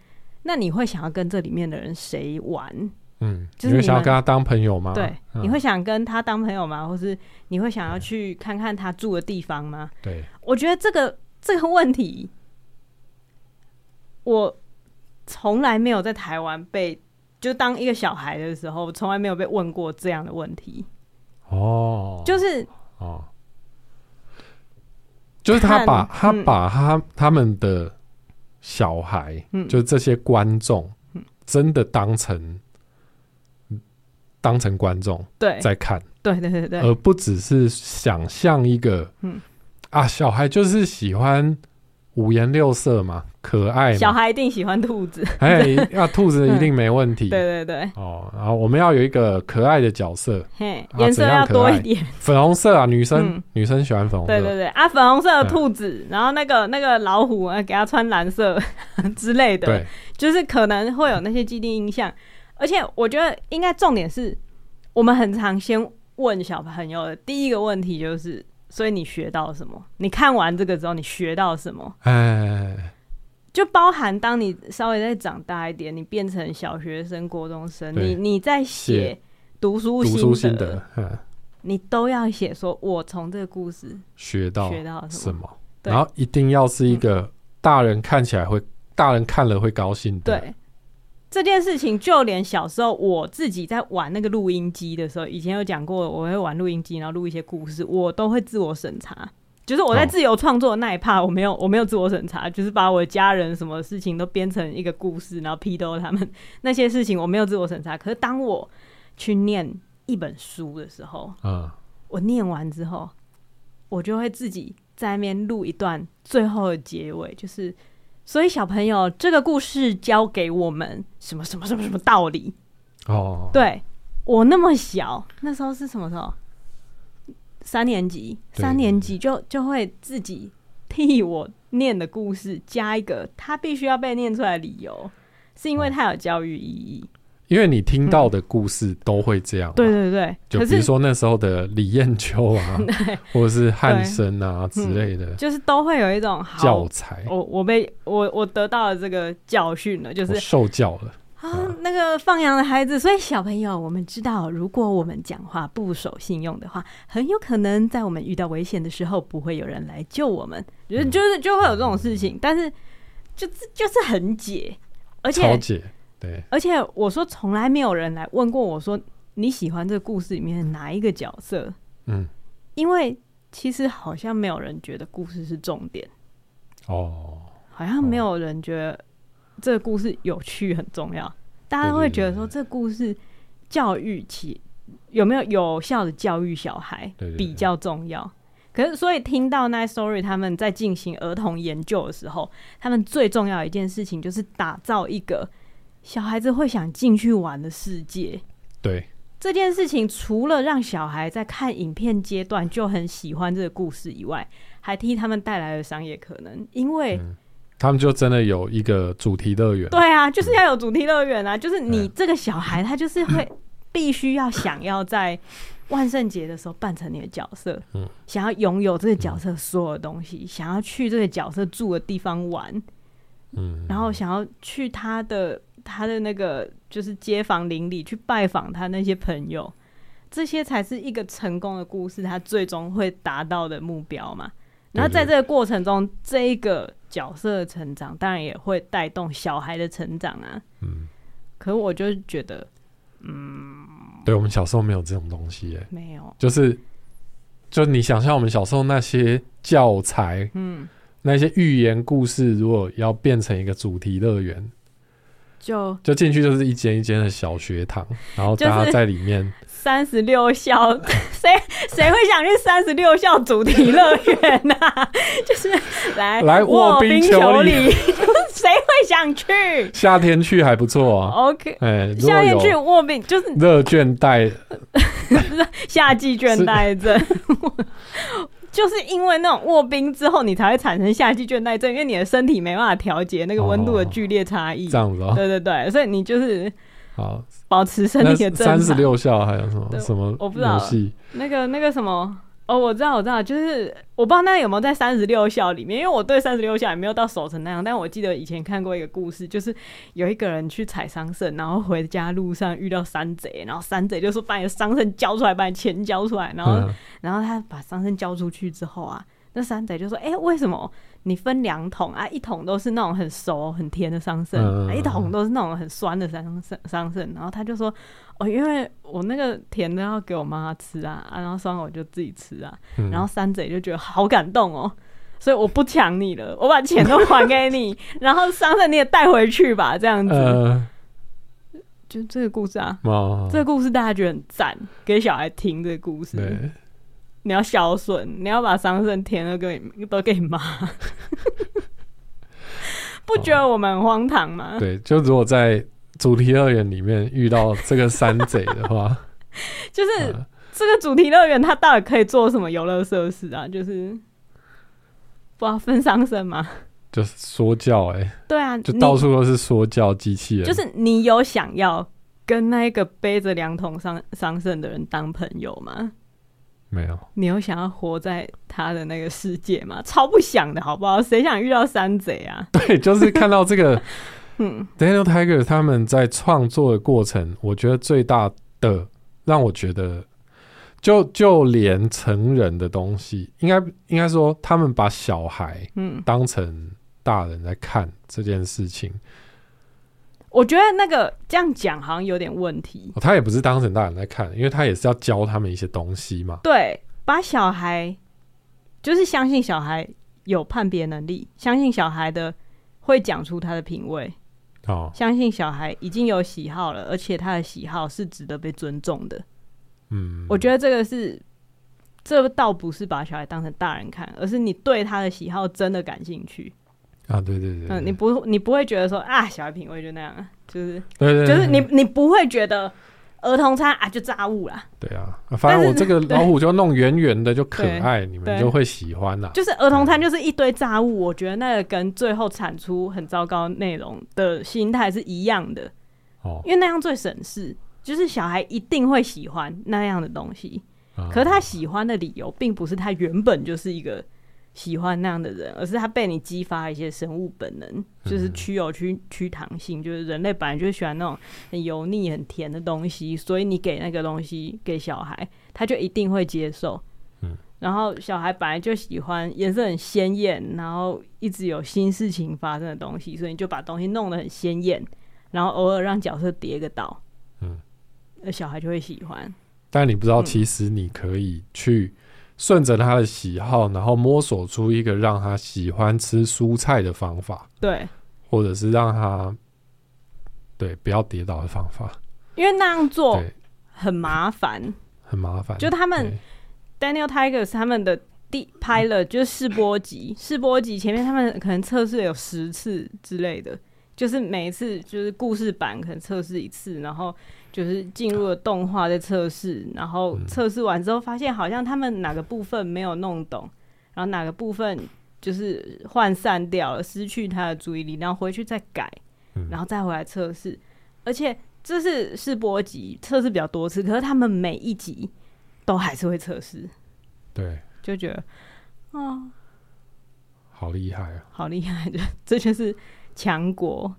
Speaker 1: 那你会想要跟这里面的人谁玩？
Speaker 2: 嗯，
Speaker 1: 就是
Speaker 2: 你会
Speaker 1: 你
Speaker 2: 想要
Speaker 1: 们
Speaker 2: 跟他当朋友吗？
Speaker 1: 对，
Speaker 2: 嗯
Speaker 1: 你会想跟他当朋友吗？或是你会想要去看看他住的地方吗？
Speaker 2: 对，
Speaker 1: 我觉得这个这个问题，我从来没有在台湾被就当一个小孩的时候，从来没有被问过这样的问题。
Speaker 2: 哦，
Speaker 1: 就是
Speaker 2: 哦，就是他把
Speaker 1: 看
Speaker 2: 他
Speaker 1: 嗯
Speaker 2: 把他他们的小孩，
Speaker 1: 嗯
Speaker 2: 就是这些观众，真的当成当成观众
Speaker 1: 对
Speaker 2: 在看，
Speaker 1: 对对哎对对，
Speaker 2: 而不只是想象一个，
Speaker 1: 嗯
Speaker 2: 啊，小孩就是喜欢五颜六色嘛，可爱嘛，
Speaker 1: 小孩一定喜欢兔子。
Speaker 2: 哎，啊，兔子一定没问题。
Speaker 1: 对对对，
Speaker 2: 哦，然后我们要有一个可爱的角色，
Speaker 1: 嘿，
Speaker 2: 啊
Speaker 1: 颜色
Speaker 2: 怎样
Speaker 1: 要
Speaker 2: 可
Speaker 1: 多
Speaker 2: 爱
Speaker 1: 一点。
Speaker 2: 粉红色啊，女生、
Speaker 1: 嗯
Speaker 2: 女生喜欢粉红色，嗯
Speaker 1: 对对对，啊，粉红色的兔子，然后那个那个老虎啊，给它穿蓝色 之类的，
Speaker 2: 对
Speaker 1: 就是可能会有那些既定印象。而且我觉得应该重点是，我们很常先问小朋友的第一个问题就是：所以你学到什么？你看完这个之后，你学到什么？
Speaker 2: 哎，
Speaker 1: 就包含当你稍微再长大一点，你变成小学生、国中生，
Speaker 2: 对
Speaker 1: 你你在
Speaker 2: 写
Speaker 1: 写读书
Speaker 2: 读书心
Speaker 1: 得，
Speaker 2: 得，嗯，
Speaker 1: 你都要写说，我从这个故事
Speaker 2: 学到
Speaker 1: 学到什
Speaker 2: 什
Speaker 1: 么？
Speaker 2: 么，
Speaker 1: 对
Speaker 2: 然后一定要是一个大人看起来会，大人看了会高兴的，
Speaker 1: 对。这件事情，就连小时候我自己在玩那个录音机的时候，以前有讲过，我会玩录音机，然后录一些故事，我都会自我审查。就是我在
Speaker 2: 哦
Speaker 1: 自由创作的那一趴，我没有我没有自我审查，就是把我的家人什么事情都编成一个故事，然后批斗他们那些事情，我没有自我审查。可是当我去念一本书的时候，
Speaker 2: 嗯，
Speaker 1: 我念完之后，我就会自己在那边录一段最后的结尾，就是所以小朋友这个故事教给我们什么什么什么什么道理？
Speaker 2: 哦，
Speaker 1: 对我那么小，那时候是什么时候？三年级，
Speaker 2: 对
Speaker 1: 三年级就就会自己替我念的故事加一个他必须要被念出来的理由，是
Speaker 2: 哦
Speaker 1: 因为他有教育意义。
Speaker 2: 因为你听到的故事都会这样嘛，
Speaker 1: 对对对，
Speaker 2: 哦就
Speaker 1: 可
Speaker 2: 比如
Speaker 1: 是
Speaker 2: 说那时候的李艳 秋啊，或者是汉生啊之类的
Speaker 1: 就是都会有一种好
Speaker 2: 教材，
Speaker 1: 我我被我我得到了这个教训了，就是
Speaker 2: 我受教了。
Speaker 1: 啊，那个放羊的孩子，所以小朋友，我们知道，如果我们讲话不守信用的话，很有可能在我们遇到危险的时候，不会有人来救我们，就是
Speaker 2: 嗯
Speaker 1: 就是就会有这种事情，但是就就是很解，而
Speaker 2: 超
Speaker 1: 且
Speaker 2: 姐，对，
Speaker 1: 而且我说从来没有人来问过我说你喜欢这个故事里面的哪一个角色，
Speaker 2: 嗯，
Speaker 1: 因为其实好像没有人觉得故事是重点。
Speaker 2: 哦，
Speaker 1: 好像没有人觉得这个故事有趣很重要，大家
Speaker 2: 对对
Speaker 1: 会
Speaker 2: 对
Speaker 1: 觉得
Speaker 2: 对
Speaker 1: 说这故事教育起有没有有效的教育小孩
Speaker 2: 对对对
Speaker 1: 比较重要。可是，所以听到 Night Story 他们在进行儿童研究的时候，他们最重要的一件事情就是打造一个小孩子会想进去玩的世界。
Speaker 2: 对，
Speaker 1: 这件事情除了让小孩在看影片阶段就很喜欢这个故事以外，还替他们带来了商业可能，因为
Speaker 2: 嗯他们就真的有一个主题乐园，
Speaker 1: 对啊，就是要有主题乐园啊！就是你
Speaker 2: 嗯
Speaker 1: 这个小孩，他就是会必须要想要在万圣节的时候扮成你的角色，
Speaker 2: 嗯
Speaker 1: 想要拥有这个角色所有的东西，想要去这个角色住的地方玩，
Speaker 2: 嗯，
Speaker 1: 然后想要去他的他的那个就是街坊邻里去拜访他那些朋友，这些才是一个成功的故事，他最终会达到的目标嘛。然后在这个过程中，这一个角色的成长，当然也会带动小孩的成长啊。
Speaker 2: 嗯，
Speaker 1: 可我就觉得
Speaker 2: 对我们小时候没有这种东西耶，
Speaker 1: 没有，
Speaker 2: 就是，就你想象我们小时候那些教材，
Speaker 1: 嗯，
Speaker 2: 那些寓言故事，如果要变成一个主题乐园，
Speaker 1: 就
Speaker 2: 就进去就是一间一间的小学堂，然后大
Speaker 1: 就是
Speaker 2: 家在里面。
Speaker 1: 三十六校， 谁谁会想去三十六校主题乐园呐？ 就是来
Speaker 2: 来
Speaker 1: 卧
Speaker 2: 卧
Speaker 1: 冰
Speaker 2: 冰
Speaker 1: 求
Speaker 2: 求
Speaker 1: 鲤
Speaker 2: 鲤，
Speaker 1: 谁会想去
Speaker 2: 夏天去还不错啊，
Speaker 1: ？OK，
Speaker 2: 哎、如
Speaker 1: 哦夏
Speaker 2: 果
Speaker 1: 天去
Speaker 2: 有
Speaker 1: 卧冰就是
Speaker 2: 热倦怠，
Speaker 1: 夏季倦怠症， 就是因为那种卧冰之后，你才会产生夏季倦怠症，因为你的身体没办法调节那个温
Speaker 2: 哦
Speaker 1: 度的剧烈差异。
Speaker 2: 这样 子哦、
Speaker 1: 对对对，所以你就是
Speaker 2: 好，
Speaker 1: 保持身
Speaker 2: 那
Speaker 1: 体的正常。
Speaker 2: 三十六校还有什
Speaker 1: 对
Speaker 2: 么什么
Speaker 1: 我不知道
Speaker 2: 游戏？
Speaker 1: 那个那个什么，哦，我知道我知道，就是我不知道那有没有在三十六校里面，因为我对三十六校也没有到熟成那样，但我记得以前看过一个故事，就是有一个人去采桑葚，然后回家路上遇到山贼，然后山贼就说把你的桑葚交出来，把你钱交出来，然后、
Speaker 2: 嗯，
Speaker 1: 然后他把桑葚交出去之后啊，那山贼就说，哎、为什么？你分两桶啊，一桶都是那种很熟很甜的桑葚，
Speaker 2: 嗯嗯
Speaker 1: 啊
Speaker 2: 嗯
Speaker 1: 一桶都是那种很酸的桑葚桑葚。然后他就说，哦，因为我那个甜的要给我妈吃啊，啊，然后酸的我就自己吃啊。
Speaker 2: 嗯
Speaker 1: 然后山贼就觉得好感动哦，所以我不抢你了，我把钱都还给你， 然后桑葚你也带回去吧，这样子。
Speaker 2: 呃，
Speaker 1: 就这个故事啊，
Speaker 2: 哦，
Speaker 1: 这个故事大家觉得很赞，给小孩听这个故事。
Speaker 2: 对，
Speaker 1: 你要孝顺，你要把桑葚甜的给你都给你 妈，不觉得我们很荒唐吗？
Speaker 2: 对，就如果在主题乐园里面遇到这个山贼的 话，
Speaker 1: 就是
Speaker 2: 嗯
Speaker 1: 这个主题乐园，它到底可以做什么游乐设施啊？就是不知道分桑葚吗？
Speaker 2: 就是说教、哎，
Speaker 1: 对啊，
Speaker 2: 就
Speaker 1: 你
Speaker 2: 到处都是说教机器人，
Speaker 1: 就是你有想要跟那个背着两桶桑桑葚的人当朋友吗？
Speaker 2: 没有，
Speaker 1: 你有想要活在他的那个世界吗？超不想的好不好？谁想遇到山贼啊？
Speaker 2: 对，就是看到这个
Speaker 1: 嗯，
Speaker 2: Daniel Tiger 他们在创作的过程，我觉得最大的让我觉得，就就连成人的东西，应该应该说，他们把小孩
Speaker 1: 嗯，
Speaker 2: 当成大人在看这件事情，
Speaker 1: 我觉得那个这样讲好像有点问题。
Speaker 2: 哦、他也不是当成大人在看，因为他也是要教他们一些东西嘛。
Speaker 1: 对，把小孩就是相信小孩有判别能力，相信小孩的会讲出他的品味，
Speaker 2: 哦，
Speaker 1: 相信小孩已经有喜好了，而且他的喜好是值得被尊重的。
Speaker 2: 嗯，
Speaker 1: 我觉得这个是，这倒不是把小孩当成大人看，而是你对他的喜好真的感兴趣。
Speaker 2: 啊，对对对，
Speaker 1: 嗯，你不你不会觉得说啊，小孩品味就那样，就是
Speaker 2: 对对，对
Speaker 1: 就是你你不会觉得儿童餐啊就炸物啦，
Speaker 2: 对啊，啊反正我这个
Speaker 1: 对
Speaker 2: 老虎就弄圆圆的就可爱，你们
Speaker 1: 对
Speaker 2: 就会喜欢啊啦、
Speaker 1: 就是儿童餐就是一堆炸物，我觉得那个跟最后产出很糟糕内容的心态是一样的，
Speaker 2: 哦，
Speaker 1: 因为那样最省事。就是小孩一定会喜欢那样的东西，
Speaker 2: 啊
Speaker 1: 可是他喜欢的理由并不是他原本就是一个喜欢那样的人，而是他被你激发一些生物本
Speaker 2: 嗯
Speaker 1: 能，就是趋有趋趋糖性，就是人类本来就喜欢那种很油腻、很甜的东西，所以你给那个东西给小孩，他就一定会接受。
Speaker 2: 嗯，
Speaker 1: 然后小孩本来就喜欢颜色很鲜艳，然后一直有新事情发生的东西，所以你就把东西弄得很鲜艳，然后偶尔让角色跌个倒，
Speaker 2: 嗯，
Speaker 1: 呃，小孩就会喜欢。
Speaker 2: 但你不知
Speaker 1: 嗯
Speaker 2: 道，其实你可以去顺着他的喜好，然后摸索出一个让他喜欢吃蔬菜的方法，
Speaker 1: 对，
Speaker 2: 或者是让他对不要跌倒的方法，
Speaker 1: 因为那样做
Speaker 2: 对，
Speaker 1: 很麻烦。
Speaker 2: 很麻烦。
Speaker 1: 哦就他们
Speaker 2: 对
Speaker 1: Daniel Tigers 他们的第拍了就是试播集，试播集前面他们可能测试有十次之类的，就是每一次就是故事版可能测试一次，然后就是进入了动画在测试，然后测试完之后发现好像他们哪个部分没有弄懂，然后哪个部分就是涣散掉了，失去他的注意力，然后回去再改
Speaker 2: 嗯，
Speaker 1: 然后再回来测试，而且。这是试播集测试比较多次，可是他们每一集都还是会测试，
Speaker 2: 对，
Speaker 1: 就觉得，哦，
Speaker 2: 好厉害啊！
Speaker 1: 好厉害！ 就这就是强国，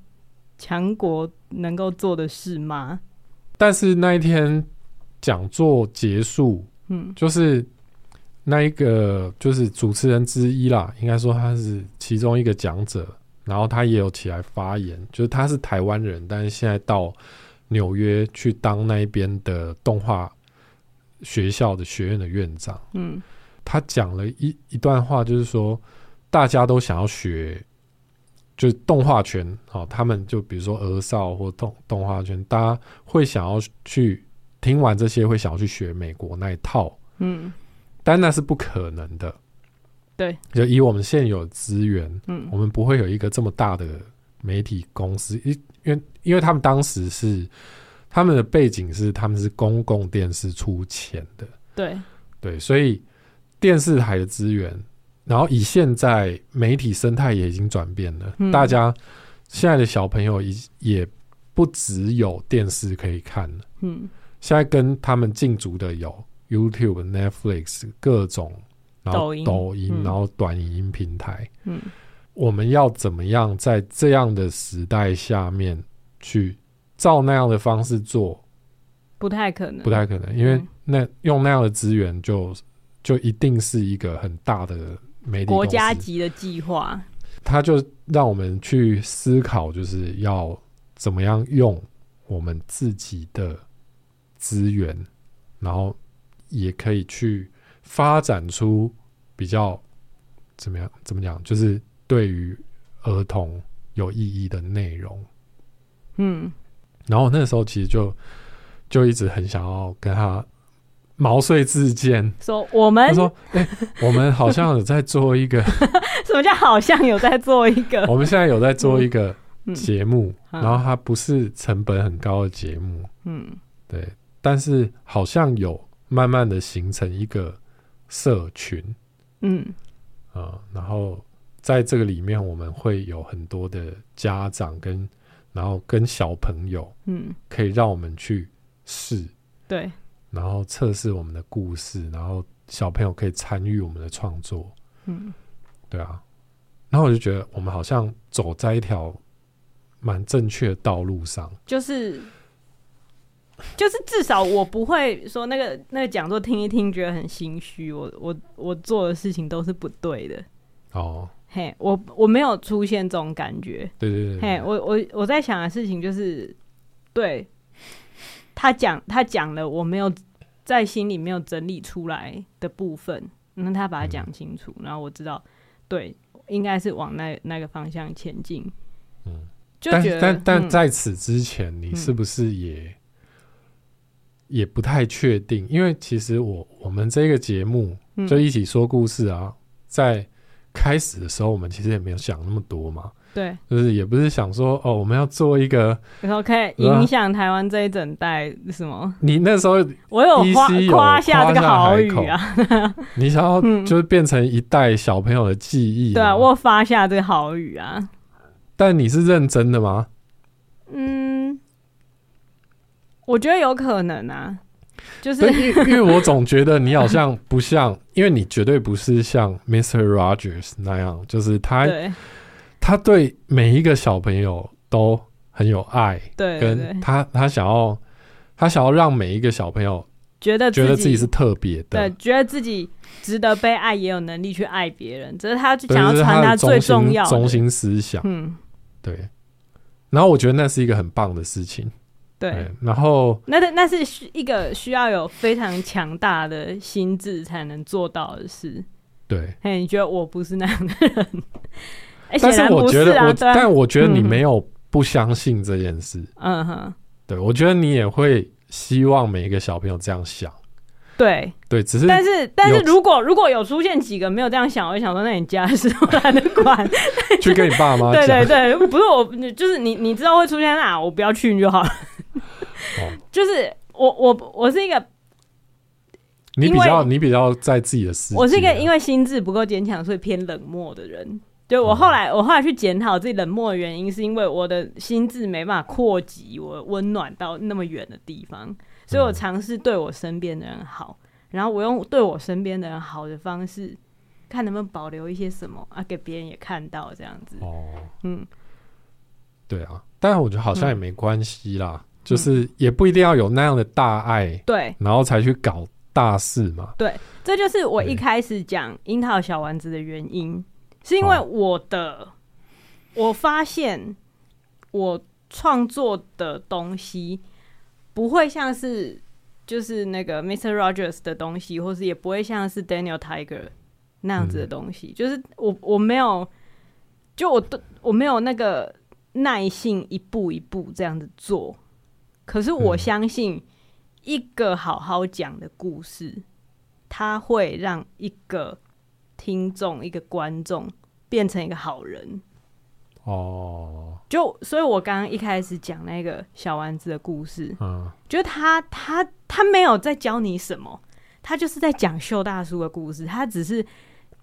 Speaker 1: 强国能够做的事吗？
Speaker 2: 但是那一天讲座结束，
Speaker 1: 嗯，
Speaker 2: 就是那一个就是主持人之一啦，应该说他是其中一个讲者，然后他也有起来发言，就是他是台湾人，但是现在到纽约去当那一边的动画学校的学院的院长，
Speaker 1: 嗯
Speaker 2: 他讲了一一段话，就是说大家都想要学。就是动画圈，好、他们就比如说儿少或动动画圈，大家会想要去听完这些，会想要去学美国那一套，
Speaker 1: 嗯
Speaker 2: 但那是不可能的。
Speaker 1: 对，
Speaker 2: 就以我们现有资源，
Speaker 1: 嗯
Speaker 2: 我们不会有一个这么大的媒体公司，因因为因为他们当时是他们的背景是他们是公共电视出钱的，
Speaker 1: 对，
Speaker 2: 对，所以电视台的资源，然后以现在媒体生态也已经转变了，
Speaker 1: 嗯
Speaker 2: 大家现在的小朋友已也不只有电视可以看了。
Speaker 1: 嗯
Speaker 2: 现在跟他们竞逐的有 YouTube、Netflix 各种，然后
Speaker 1: 抖音
Speaker 2: 抖音，
Speaker 1: 嗯
Speaker 2: 然后短影音平台。
Speaker 1: 嗯
Speaker 2: 我们要怎么样在这样的时代下面去照那样的方式做？
Speaker 1: 不太可能，
Speaker 2: 不太可能，因为
Speaker 1: 嗯
Speaker 2: 那用那样的资源就就一定是一个很大的媒体
Speaker 1: 国
Speaker 2: 公司
Speaker 1: 家级的计划。
Speaker 2: 它就让我们去思考，就是要怎么样用我们自己的资源，然后也可以去发展出比较怎么样怎么讲，就是对于儿童有意义的内容。
Speaker 1: 嗯，
Speaker 2: 然后我那时候其实就就一直很想要跟他毛遂自荐。
Speaker 1: 说我们
Speaker 2: 他说：“哎、我们好像有在做一个，
Speaker 1: 什么叫好像有在做一个
Speaker 2: 我们现在有在做一个
Speaker 1: 嗯
Speaker 2: 节目，
Speaker 1: 嗯
Speaker 2: 哦然后它不是成本很高的节目，
Speaker 1: 嗯
Speaker 2: 对，但是好像有慢慢的形成一个社群
Speaker 1: 嗯
Speaker 2: 啊、呃然后在这个里面我们会有很多的家长跟然后跟小朋友
Speaker 1: 嗯，
Speaker 2: 可以让我们去试，
Speaker 1: 对，
Speaker 2: 然后测试我们的故事，然后小朋友可以参与我们的创作，
Speaker 1: 嗯
Speaker 2: 对啊，然后我就觉得我们好像走在一条蛮正确的道路上。
Speaker 1: 就是就是至少我不会说那个那个讲座听一听觉得很心虚，我我我做的事情都是不对的。
Speaker 2: 哦，
Speaker 1: 嘿，我我没有出现这种感觉。
Speaker 2: 对对对
Speaker 1: 嘿，
Speaker 2: 对，
Speaker 1: 我我我在想的事情就是，对他讲他讲了，我没有在心里没有整理出来的部分，那他把它
Speaker 2: 嗯
Speaker 1: 讲清楚，然后我知道，对，应该是往那那个方向前进。
Speaker 2: 嗯，
Speaker 1: 就
Speaker 2: 但
Speaker 1: 觉得
Speaker 2: 但但
Speaker 1: 嗯
Speaker 2: 在此之前，你是不是也、也不太确定？因为其实我我们这个节目
Speaker 1: 嗯
Speaker 2: 就一起说故事啊，在开始的时候，我们其实也没有想那么多嘛，
Speaker 1: 对，
Speaker 2: 就是也不是想说哦，我们要做一个。
Speaker 1: 然后可以影响台湾这一整代什么？
Speaker 2: 你那时候
Speaker 1: 我有
Speaker 2: 依
Speaker 1: 夸
Speaker 2: 稀有
Speaker 1: 夸下这个好语
Speaker 2: 夸下
Speaker 1: 啊，
Speaker 2: 你想要
Speaker 1: 嗯
Speaker 2: 就是变成一代小朋友的记忆嘛，
Speaker 1: 对啊，我有发下这个好语啊，
Speaker 2: 但你是认真的吗？
Speaker 1: 嗯，我觉得有可能啊，就是
Speaker 2: 对，因为因为我总觉得你好像不像，因为你绝对不是像 Mr. Rogers 那样，就是他
Speaker 1: 对
Speaker 2: 他对每一个小朋友都很有爱，
Speaker 1: 对对
Speaker 2: 跟
Speaker 1: 对，
Speaker 2: 他他想要他想要让每一个小朋友
Speaker 1: 觉得
Speaker 2: 觉得自己是特别
Speaker 1: 对
Speaker 2: 的，，
Speaker 1: 觉得自己值得被爱，也有能力去爱别人，这是他
Speaker 2: 对
Speaker 1: 想要
Speaker 2: 这是
Speaker 1: 传
Speaker 2: 他
Speaker 1: 达
Speaker 2: 的
Speaker 1: 最
Speaker 2: 中
Speaker 1: 重
Speaker 2: 心
Speaker 1: 要的
Speaker 2: 中。心思想，
Speaker 1: 嗯，
Speaker 2: 对。然后我觉得那是一个很棒的事情，
Speaker 1: 对，，
Speaker 2: 然后
Speaker 1: 那那那是需一个需要有非常强大的心智才能做到的事。
Speaker 2: 对，
Speaker 1: 嘿，你觉得我不是那样的人？ 哎，
Speaker 2: 但
Speaker 1: 显然
Speaker 2: 我
Speaker 1: 不
Speaker 2: 觉得
Speaker 1: 啊，
Speaker 2: 我，
Speaker 1: 对啊
Speaker 2: 但我觉得你
Speaker 1: 嗯
Speaker 2: 没有不相信这件事，
Speaker 1: 嗯哼，
Speaker 2: 对我觉得你也会希望每一个小朋友这样想，
Speaker 1: 对。
Speaker 2: 对，只是
Speaker 1: 但是但是
Speaker 2: 有
Speaker 1: 如果如果有出现几个没有这样想，我就想说，那你家的事我懒得管。
Speaker 2: 去跟你爸妈
Speaker 1: 对
Speaker 2: 讲，
Speaker 1: 对对，不是我，就是你，你知道会出现啊，我不要去就好了。
Speaker 2: 哦
Speaker 1: 就是我我我是一个
Speaker 2: 你
Speaker 1: 因
Speaker 2: 比
Speaker 1: 为
Speaker 2: 较你比较在自己的世界啊，
Speaker 1: 我是一个因为心智不够坚强，所以偏冷漠的人。就
Speaker 2: 哦
Speaker 1: 我后来，我后来去检讨自己冷漠的原因，是因为我的心智没办法扩及我温暖到那么远的地方，所以
Speaker 2: 嗯
Speaker 1: 我尝试对我身边的人好，然后我用对我身边的人好的方式，看能不能保留一些什么啊，给别人也看到这样子。
Speaker 2: 哦，
Speaker 1: 嗯，
Speaker 2: 对啊，但我觉得好像也没关系
Speaker 1: 嗯
Speaker 2: 啦，就是也不一定要有那样的大爱，
Speaker 1: 对，
Speaker 2: 然后才去搞大事嘛，
Speaker 1: 这就是我
Speaker 2: 对
Speaker 1: 一开始讲樱桃小丸子的原因，是因为
Speaker 2: 好
Speaker 1: 我的，我发现我创作的东西不会像是就是那个 Mr. Rogers 的东西，或是也不会像是 Daniel Tiger 那样子的东西，就是我我没有，就我都我没有那个耐性一步一步这样子做，可是我
Speaker 2: 嗯
Speaker 1: 相信一个好好讲的故事。他会让一个听众、一个观众变成一个好人。
Speaker 2: 哦，
Speaker 1: 就所以，我刚刚一开始讲那个小丸子的故事，
Speaker 2: 嗯，
Speaker 1: 就是他他他没有在教你什么，他就是在讲秀大叔的故事，他只是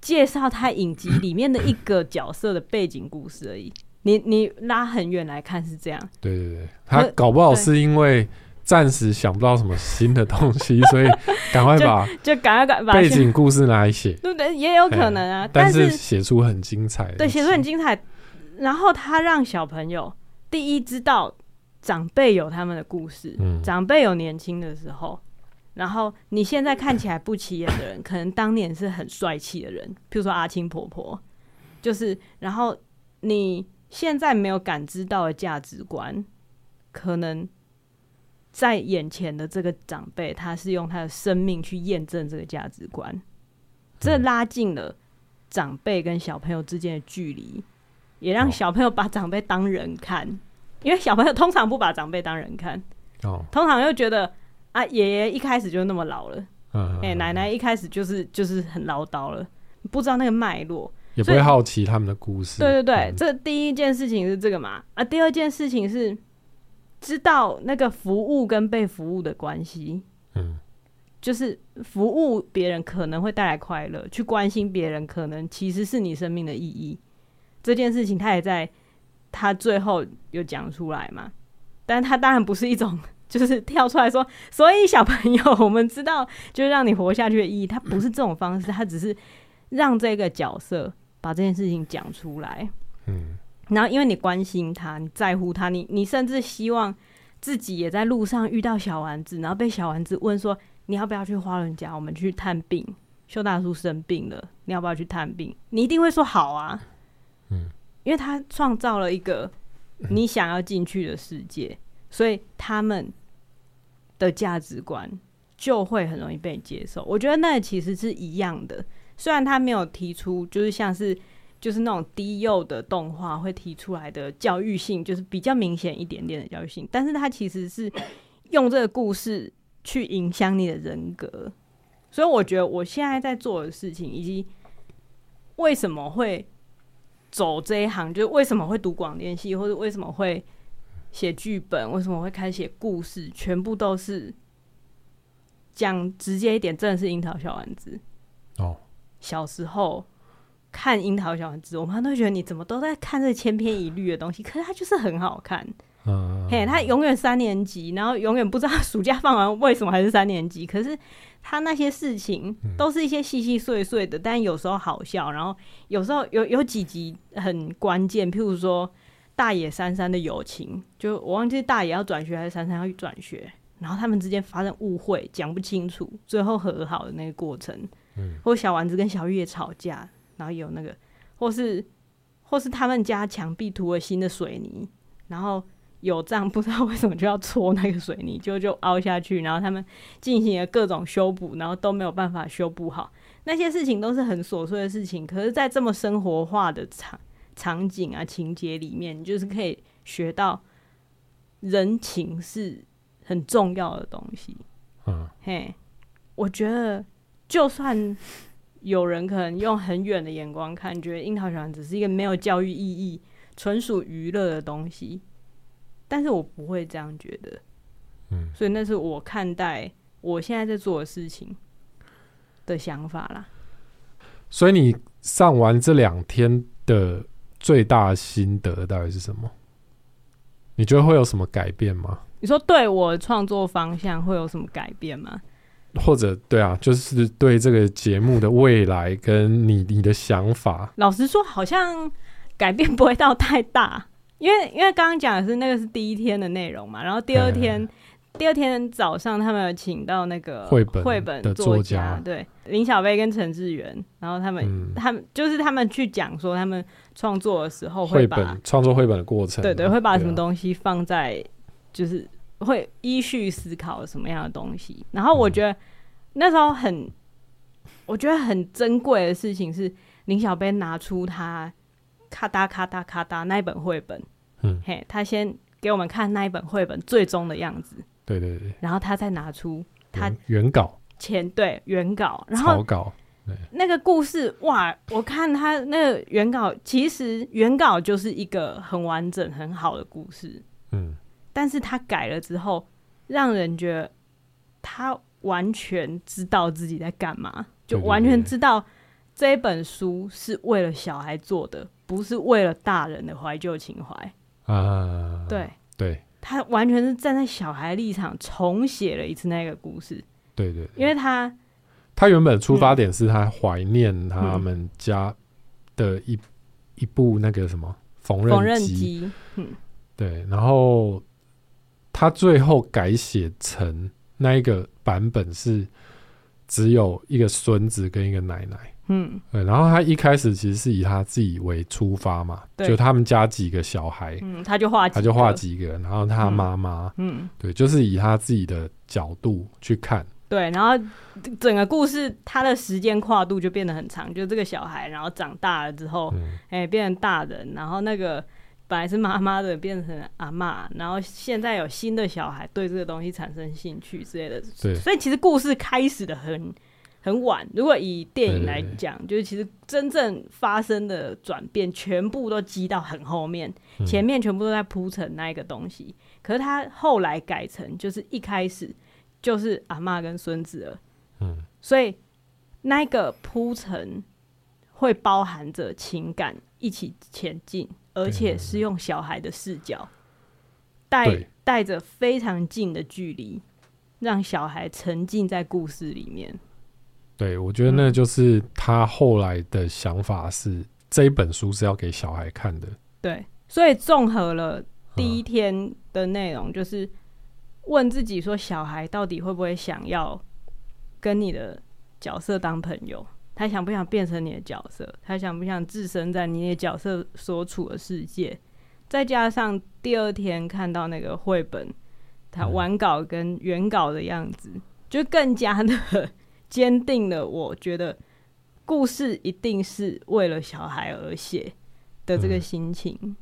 Speaker 1: 介绍他影集里面的一个角色的背景故事而已。你你拉很远来看是这样，
Speaker 2: 对对对，
Speaker 1: 那
Speaker 2: 他搞不好
Speaker 1: 对
Speaker 2: 是因为暂时想不到什么新的东西，所以赶 快
Speaker 1: 就
Speaker 2: 把
Speaker 1: 就赶快赶把
Speaker 2: 背景故事拿来写。
Speaker 1: 对不 对？也有可能啊，
Speaker 2: 但
Speaker 1: 是
Speaker 2: 是写出很精彩的东
Speaker 1: 对，
Speaker 2: 西，
Speaker 1: 写出很精彩。然后他让小朋友第一知道长辈有他们的故事，
Speaker 2: 嗯
Speaker 1: 长辈有年轻的时候，然后你现在看起来不起眼的人，可能当年是很帅气的人，譬如说阿青婆婆，就是然后你现在没有感知到的价值观，可能。在眼前的这个长辈，他是用他的生命去验证这个价值观，这
Speaker 2: 嗯
Speaker 1: 拉近了长辈跟小朋友之间的距离，也让
Speaker 2: 哦
Speaker 1: 小朋友把长辈当人看，因为小朋友通常不把长辈当人看，
Speaker 2: 哦，
Speaker 1: 通常又觉得啊，爷爷一开始就那么老了，
Speaker 2: 嗯，
Speaker 1: 哎、
Speaker 2: 嗯
Speaker 1: 奶奶一开始就是就是很唠叨了，不知道那个脉络。
Speaker 2: 也不会好奇他们的故事，
Speaker 1: 对对对，
Speaker 2: 嗯
Speaker 1: 这第一件事情是这个嘛，啊，第二件事情是知道那个服务跟被服务的关系，
Speaker 2: 嗯，
Speaker 1: 就是服务别人可能会带来快乐，去关心别人可能其实是你生命的意义。这件事情他也在他最后有讲出来嘛，但他当然不是一种就是跳出来说，所以小朋友，我们知道就是让你活下去的意义，他不是这种方式，他只是让这个角色把这件事情讲出来。
Speaker 2: 嗯，
Speaker 1: 然后因为你关心他，你在乎他，你你甚至希望自己也在路上遇到小丸子，然后被小丸子问说：“你要不要去花伦家？我们去探病。秀大叔生病了，你要不要去探病？”你一定会说好啊，
Speaker 2: 嗯，
Speaker 1: 因为他创造了一个你想要进去的世界，所以他们的价值观就会很容易被接受。我觉得那其实是一样的，虽然他没有提出，就是像是就是那种低幼的动画会提出来的教育性，就是比较明显一点点的教育性，但是它其实是用这个故事去影响你的人格。所以我觉得我现在在做的事情，以及为什么会走这一行，就是为什么会读广电系，或者为什么会写剧本，为什么会开始写故事，全部都是讲直接一点，真的是樱桃小丸子。
Speaker 2: 哦，
Speaker 1: 小时候看《樱桃小丸子》，我妈都会觉得你怎么都在看这千篇一律的东西，可是它就是很好看。
Speaker 2: 嗯，
Speaker 1: 嘿，他永远三年级，然后永远不知道 暑假放完为什么还是三年级。可是他那些事情
Speaker 2: 嗯
Speaker 1: 都是一些细细碎碎的，但有时候好笑，然后有时候有有几集很关键，譬如说大野珊珊的友情，就我忘记大野要转学还是珊珊要转学，然后他们之间发生误会，讲不清楚，最后和好的那个过程，
Speaker 2: 嗯
Speaker 1: 或小丸子跟小玉也吵架，然后有那个，或是或是他们家墙壁涂了新的水泥，然后。有障不知道为什么就要戳那个水泥，就就凹下去，然后他们进行了各种修补，然后都没有办法修补好。那些事情都是很琐碎的事情，可是，在这么生活化的场场景啊情节里面，你就是可以学到人情是很重要的东西。
Speaker 2: 嗯
Speaker 1: 嘿，我觉得就算有人可能用很远的眼光看，觉得《樱桃小丸子》是一个没有教育意义、纯属娱乐的东西，但是我不会这样觉得。
Speaker 2: 嗯，
Speaker 1: 所以那是我看待我现在在做的事情的想法啦。
Speaker 2: 所以你上完这两天的最大心得到底是什么？你觉得会有什么改变吗？
Speaker 1: 你说对我创作方向会有什么改变吗？
Speaker 2: 或者对啊，就是对这个节目的未来跟你你的想法，
Speaker 1: 老实说，好像改变不会到太大，因为 因为刚刚讲的是那个是第一天的内容嘛，然后第二天、第二天早上他们有请到那个
Speaker 2: 绘本
Speaker 1: 绘本
Speaker 2: 的
Speaker 1: 作
Speaker 2: 作家
Speaker 1: 对林小贝跟陈志远，然后他们、
Speaker 2: 嗯，
Speaker 1: 他们就是他们去讲说他们创作的时候会
Speaker 2: 绘
Speaker 1: 把
Speaker 2: 本创作绘本的过程，啊
Speaker 1: 对对，会把什么
Speaker 2: 西？
Speaker 1: 东西放在，就是会依序思考什么样的东西。然
Speaker 2: 嗯
Speaker 1: 后我觉得那时候很，我觉得很珍贵的事情是林小贝拿出他咔哒咔哒咔哒那一本绘本，
Speaker 2: 嗯，
Speaker 1: 嘿，他先给我们看那一本绘本最终的样子，
Speaker 2: 对对对，
Speaker 1: 然后他再拿出他
Speaker 2: 原原稿、
Speaker 1: 前对原稿，然后
Speaker 2: 草稿，
Speaker 1: 那个故事哇，我看他那个原稿，其实原稿就是一个很完整、很好的故事，
Speaker 2: 嗯，
Speaker 1: 但是他改了之后，让人觉得他完全知道自己在干嘛，就
Speaker 2: 对对
Speaker 1: 完全
Speaker 2: 对
Speaker 1: 知道这一本书是为了小孩做的，不是为了大人的怀旧情怀。
Speaker 2: 啊，
Speaker 1: 对
Speaker 2: 对
Speaker 1: 他完全是站在小孩立场重写了一次那个故事，
Speaker 2: 对对，
Speaker 1: 因为他
Speaker 2: 他原本出发点是他怀念
Speaker 1: 嗯
Speaker 2: 他们家的一、一部那个什么缝
Speaker 1: 缝
Speaker 2: 纫
Speaker 1: 纫
Speaker 2: 机，
Speaker 1: 机，
Speaker 2: 对，然后他最后改写成那一个版本是只有一个孙子跟一个奶奶。
Speaker 1: 嗯，
Speaker 2: 对，然后他一开始其实是以他自己为出发嘛，
Speaker 1: 对
Speaker 2: 就他们家几个小孩，
Speaker 1: 嗯，他就画，
Speaker 2: 他就画，几个，然后他妈妈，
Speaker 1: 嗯，
Speaker 2: 对，就是以他自己的角度去看，
Speaker 1: 对，然后整个故事它的时间跨度就变得很长，就这个小孩然后长大了之后，
Speaker 2: 嗯，
Speaker 1: 哎、变成大人，然后那个本来是妈妈的变成阿嬷，然后现在有新的小孩对这个东西产生兴趣之类的，
Speaker 2: 对
Speaker 1: 所以其实故事开始的很很晚。如果以电影来讲，就是其实真正发生的转变全部都积到很后面，
Speaker 2: 嗯
Speaker 1: 前面全部都在铺陈那一个东西，可是他后来改成就是一开始就是阿嬷跟孙子了。
Speaker 2: 嗯，
Speaker 1: 所以那个铺陈会包含着情感一起前进，而且是用小孩的视角，带
Speaker 2: 对
Speaker 1: 带着非常近的距离，让小孩沉浸在故事里面。
Speaker 2: 对，我觉得那就是他后来的想法是这一本书是要给小孩看的，
Speaker 1: 对，所以综合了第一
Speaker 2: 嗯
Speaker 1: 天的内容，就是问自己说，小孩到底会不会想要跟你的角色当朋友？他想不想变成你的角色？他想不想置身在你的角色所处的世界？再加上第二天看到那个绘本，他
Speaker 2: 嗯
Speaker 1: 完稿跟原稿的样子，就更加的坚定了我觉得故事一定是为了小孩而写的这个
Speaker 2: 嗯
Speaker 1: 心情。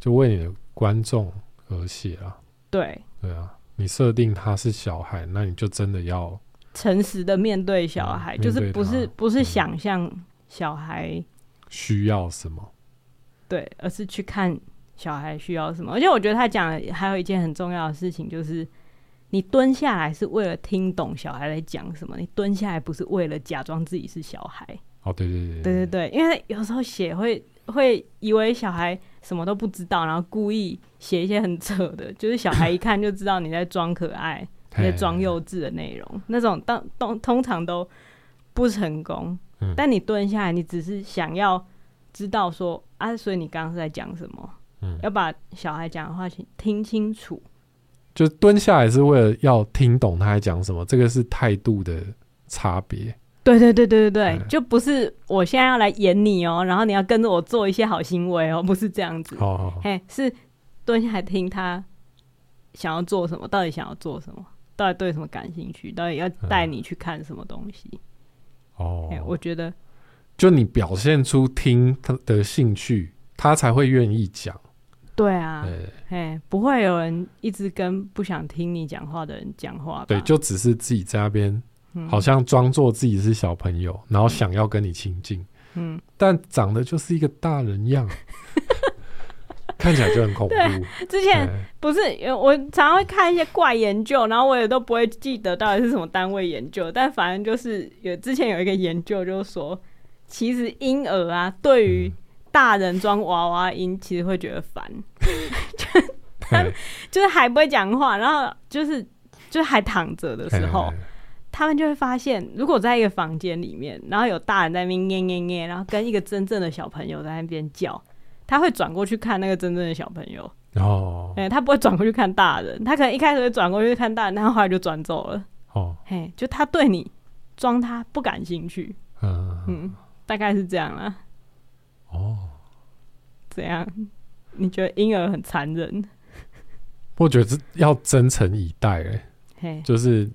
Speaker 2: 就为你的观众而写啊。
Speaker 1: 对，
Speaker 2: 对啊，你设定他是小孩，那你就真的要
Speaker 1: 诚实的面对小孩，
Speaker 2: 嗯
Speaker 1: 就是
Speaker 2: 面对
Speaker 1: 不
Speaker 2: 他
Speaker 1: 是不是
Speaker 2: 嗯
Speaker 1: 想象小孩
Speaker 2: 需要什么？
Speaker 1: 对，而是去看小孩需要什么。而且我觉得他讲的还有一件很重要的事情，就是你蹲下来是为了听懂小孩在讲什么，你蹲下来不是为了假装自己是小孩。
Speaker 2: 哦，对对对
Speaker 1: 对对对，因为有时候写会会以为小孩什么都不知道，然后故意写一些很扯的，就是小孩一看就知道你在装可爱。一
Speaker 2: 嘿
Speaker 1: 些装幼稚的内容，那种当通通常都不成功。
Speaker 2: 嗯
Speaker 1: 但你蹲下来，你只是想要知道说啊，所以你刚刚是在讲什么？
Speaker 2: 嗯
Speaker 1: 要把小孩讲的话请听清楚。
Speaker 2: 就蹲下来是为了要听懂他在讲什么，这个是态度的差别。
Speaker 1: 对对对对对对，
Speaker 2: 嗯
Speaker 1: 就不是我现在要来演你哦、然后你要跟着我做一些好行为哦、不是这样子。
Speaker 2: 哦，
Speaker 1: 嘿，是蹲下来听他想要做什么，到底想要做什么，到底对什么感兴趣，到底要带你去看什么东西。
Speaker 2: 嗯哦
Speaker 1: 嘿，，我觉得
Speaker 2: 就你表现出听他的兴趣，他才会愿意讲。
Speaker 1: 对啊，
Speaker 2: 对
Speaker 1: 哎，不会有人一直跟不想听你讲话的人讲话吧？
Speaker 2: 对，就只是自己在那边，
Speaker 1: 嗯
Speaker 2: 好像装作自己是小朋友，然后想要跟你亲近，
Speaker 1: 嗯，
Speaker 2: 但长得就是一个大 人样，看起来就很恐怖。
Speaker 1: 之
Speaker 2: 对
Speaker 1: 前不是呃我常会看一些怪研究，然后我也都不会记得到底是什么单位研究，但反正就是有之前有一个研究就说，其实婴儿啊对于
Speaker 2: 嗯
Speaker 1: 大人装娃娃音其实会觉得烦，
Speaker 2: 嘿
Speaker 1: 就是还不会讲话，然后就是就是还躺着的时候
Speaker 2: 嘿，
Speaker 1: 他们就会发现，如果在一个房间里面，然后有大人在那边念念念，然后跟一个真正的小朋友在那边叫，他会转过去看那个真正的小朋友，
Speaker 2: 哦
Speaker 1: 哎、他不会转过去看大人，他可能一开始会转过去看大人，但后来就转走了，
Speaker 2: 哦
Speaker 1: 嘿，就他对你装他不感兴趣，
Speaker 2: 嗯
Speaker 1: 嗯，大概是这样啦。
Speaker 2: 哦，
Speaker 1: 怎样？你觉得婴儿很残忍？
Speaker 2: 我觉得这要真诚以待、欸，
Speaker 1: 嘿，
Speaker 2: 就是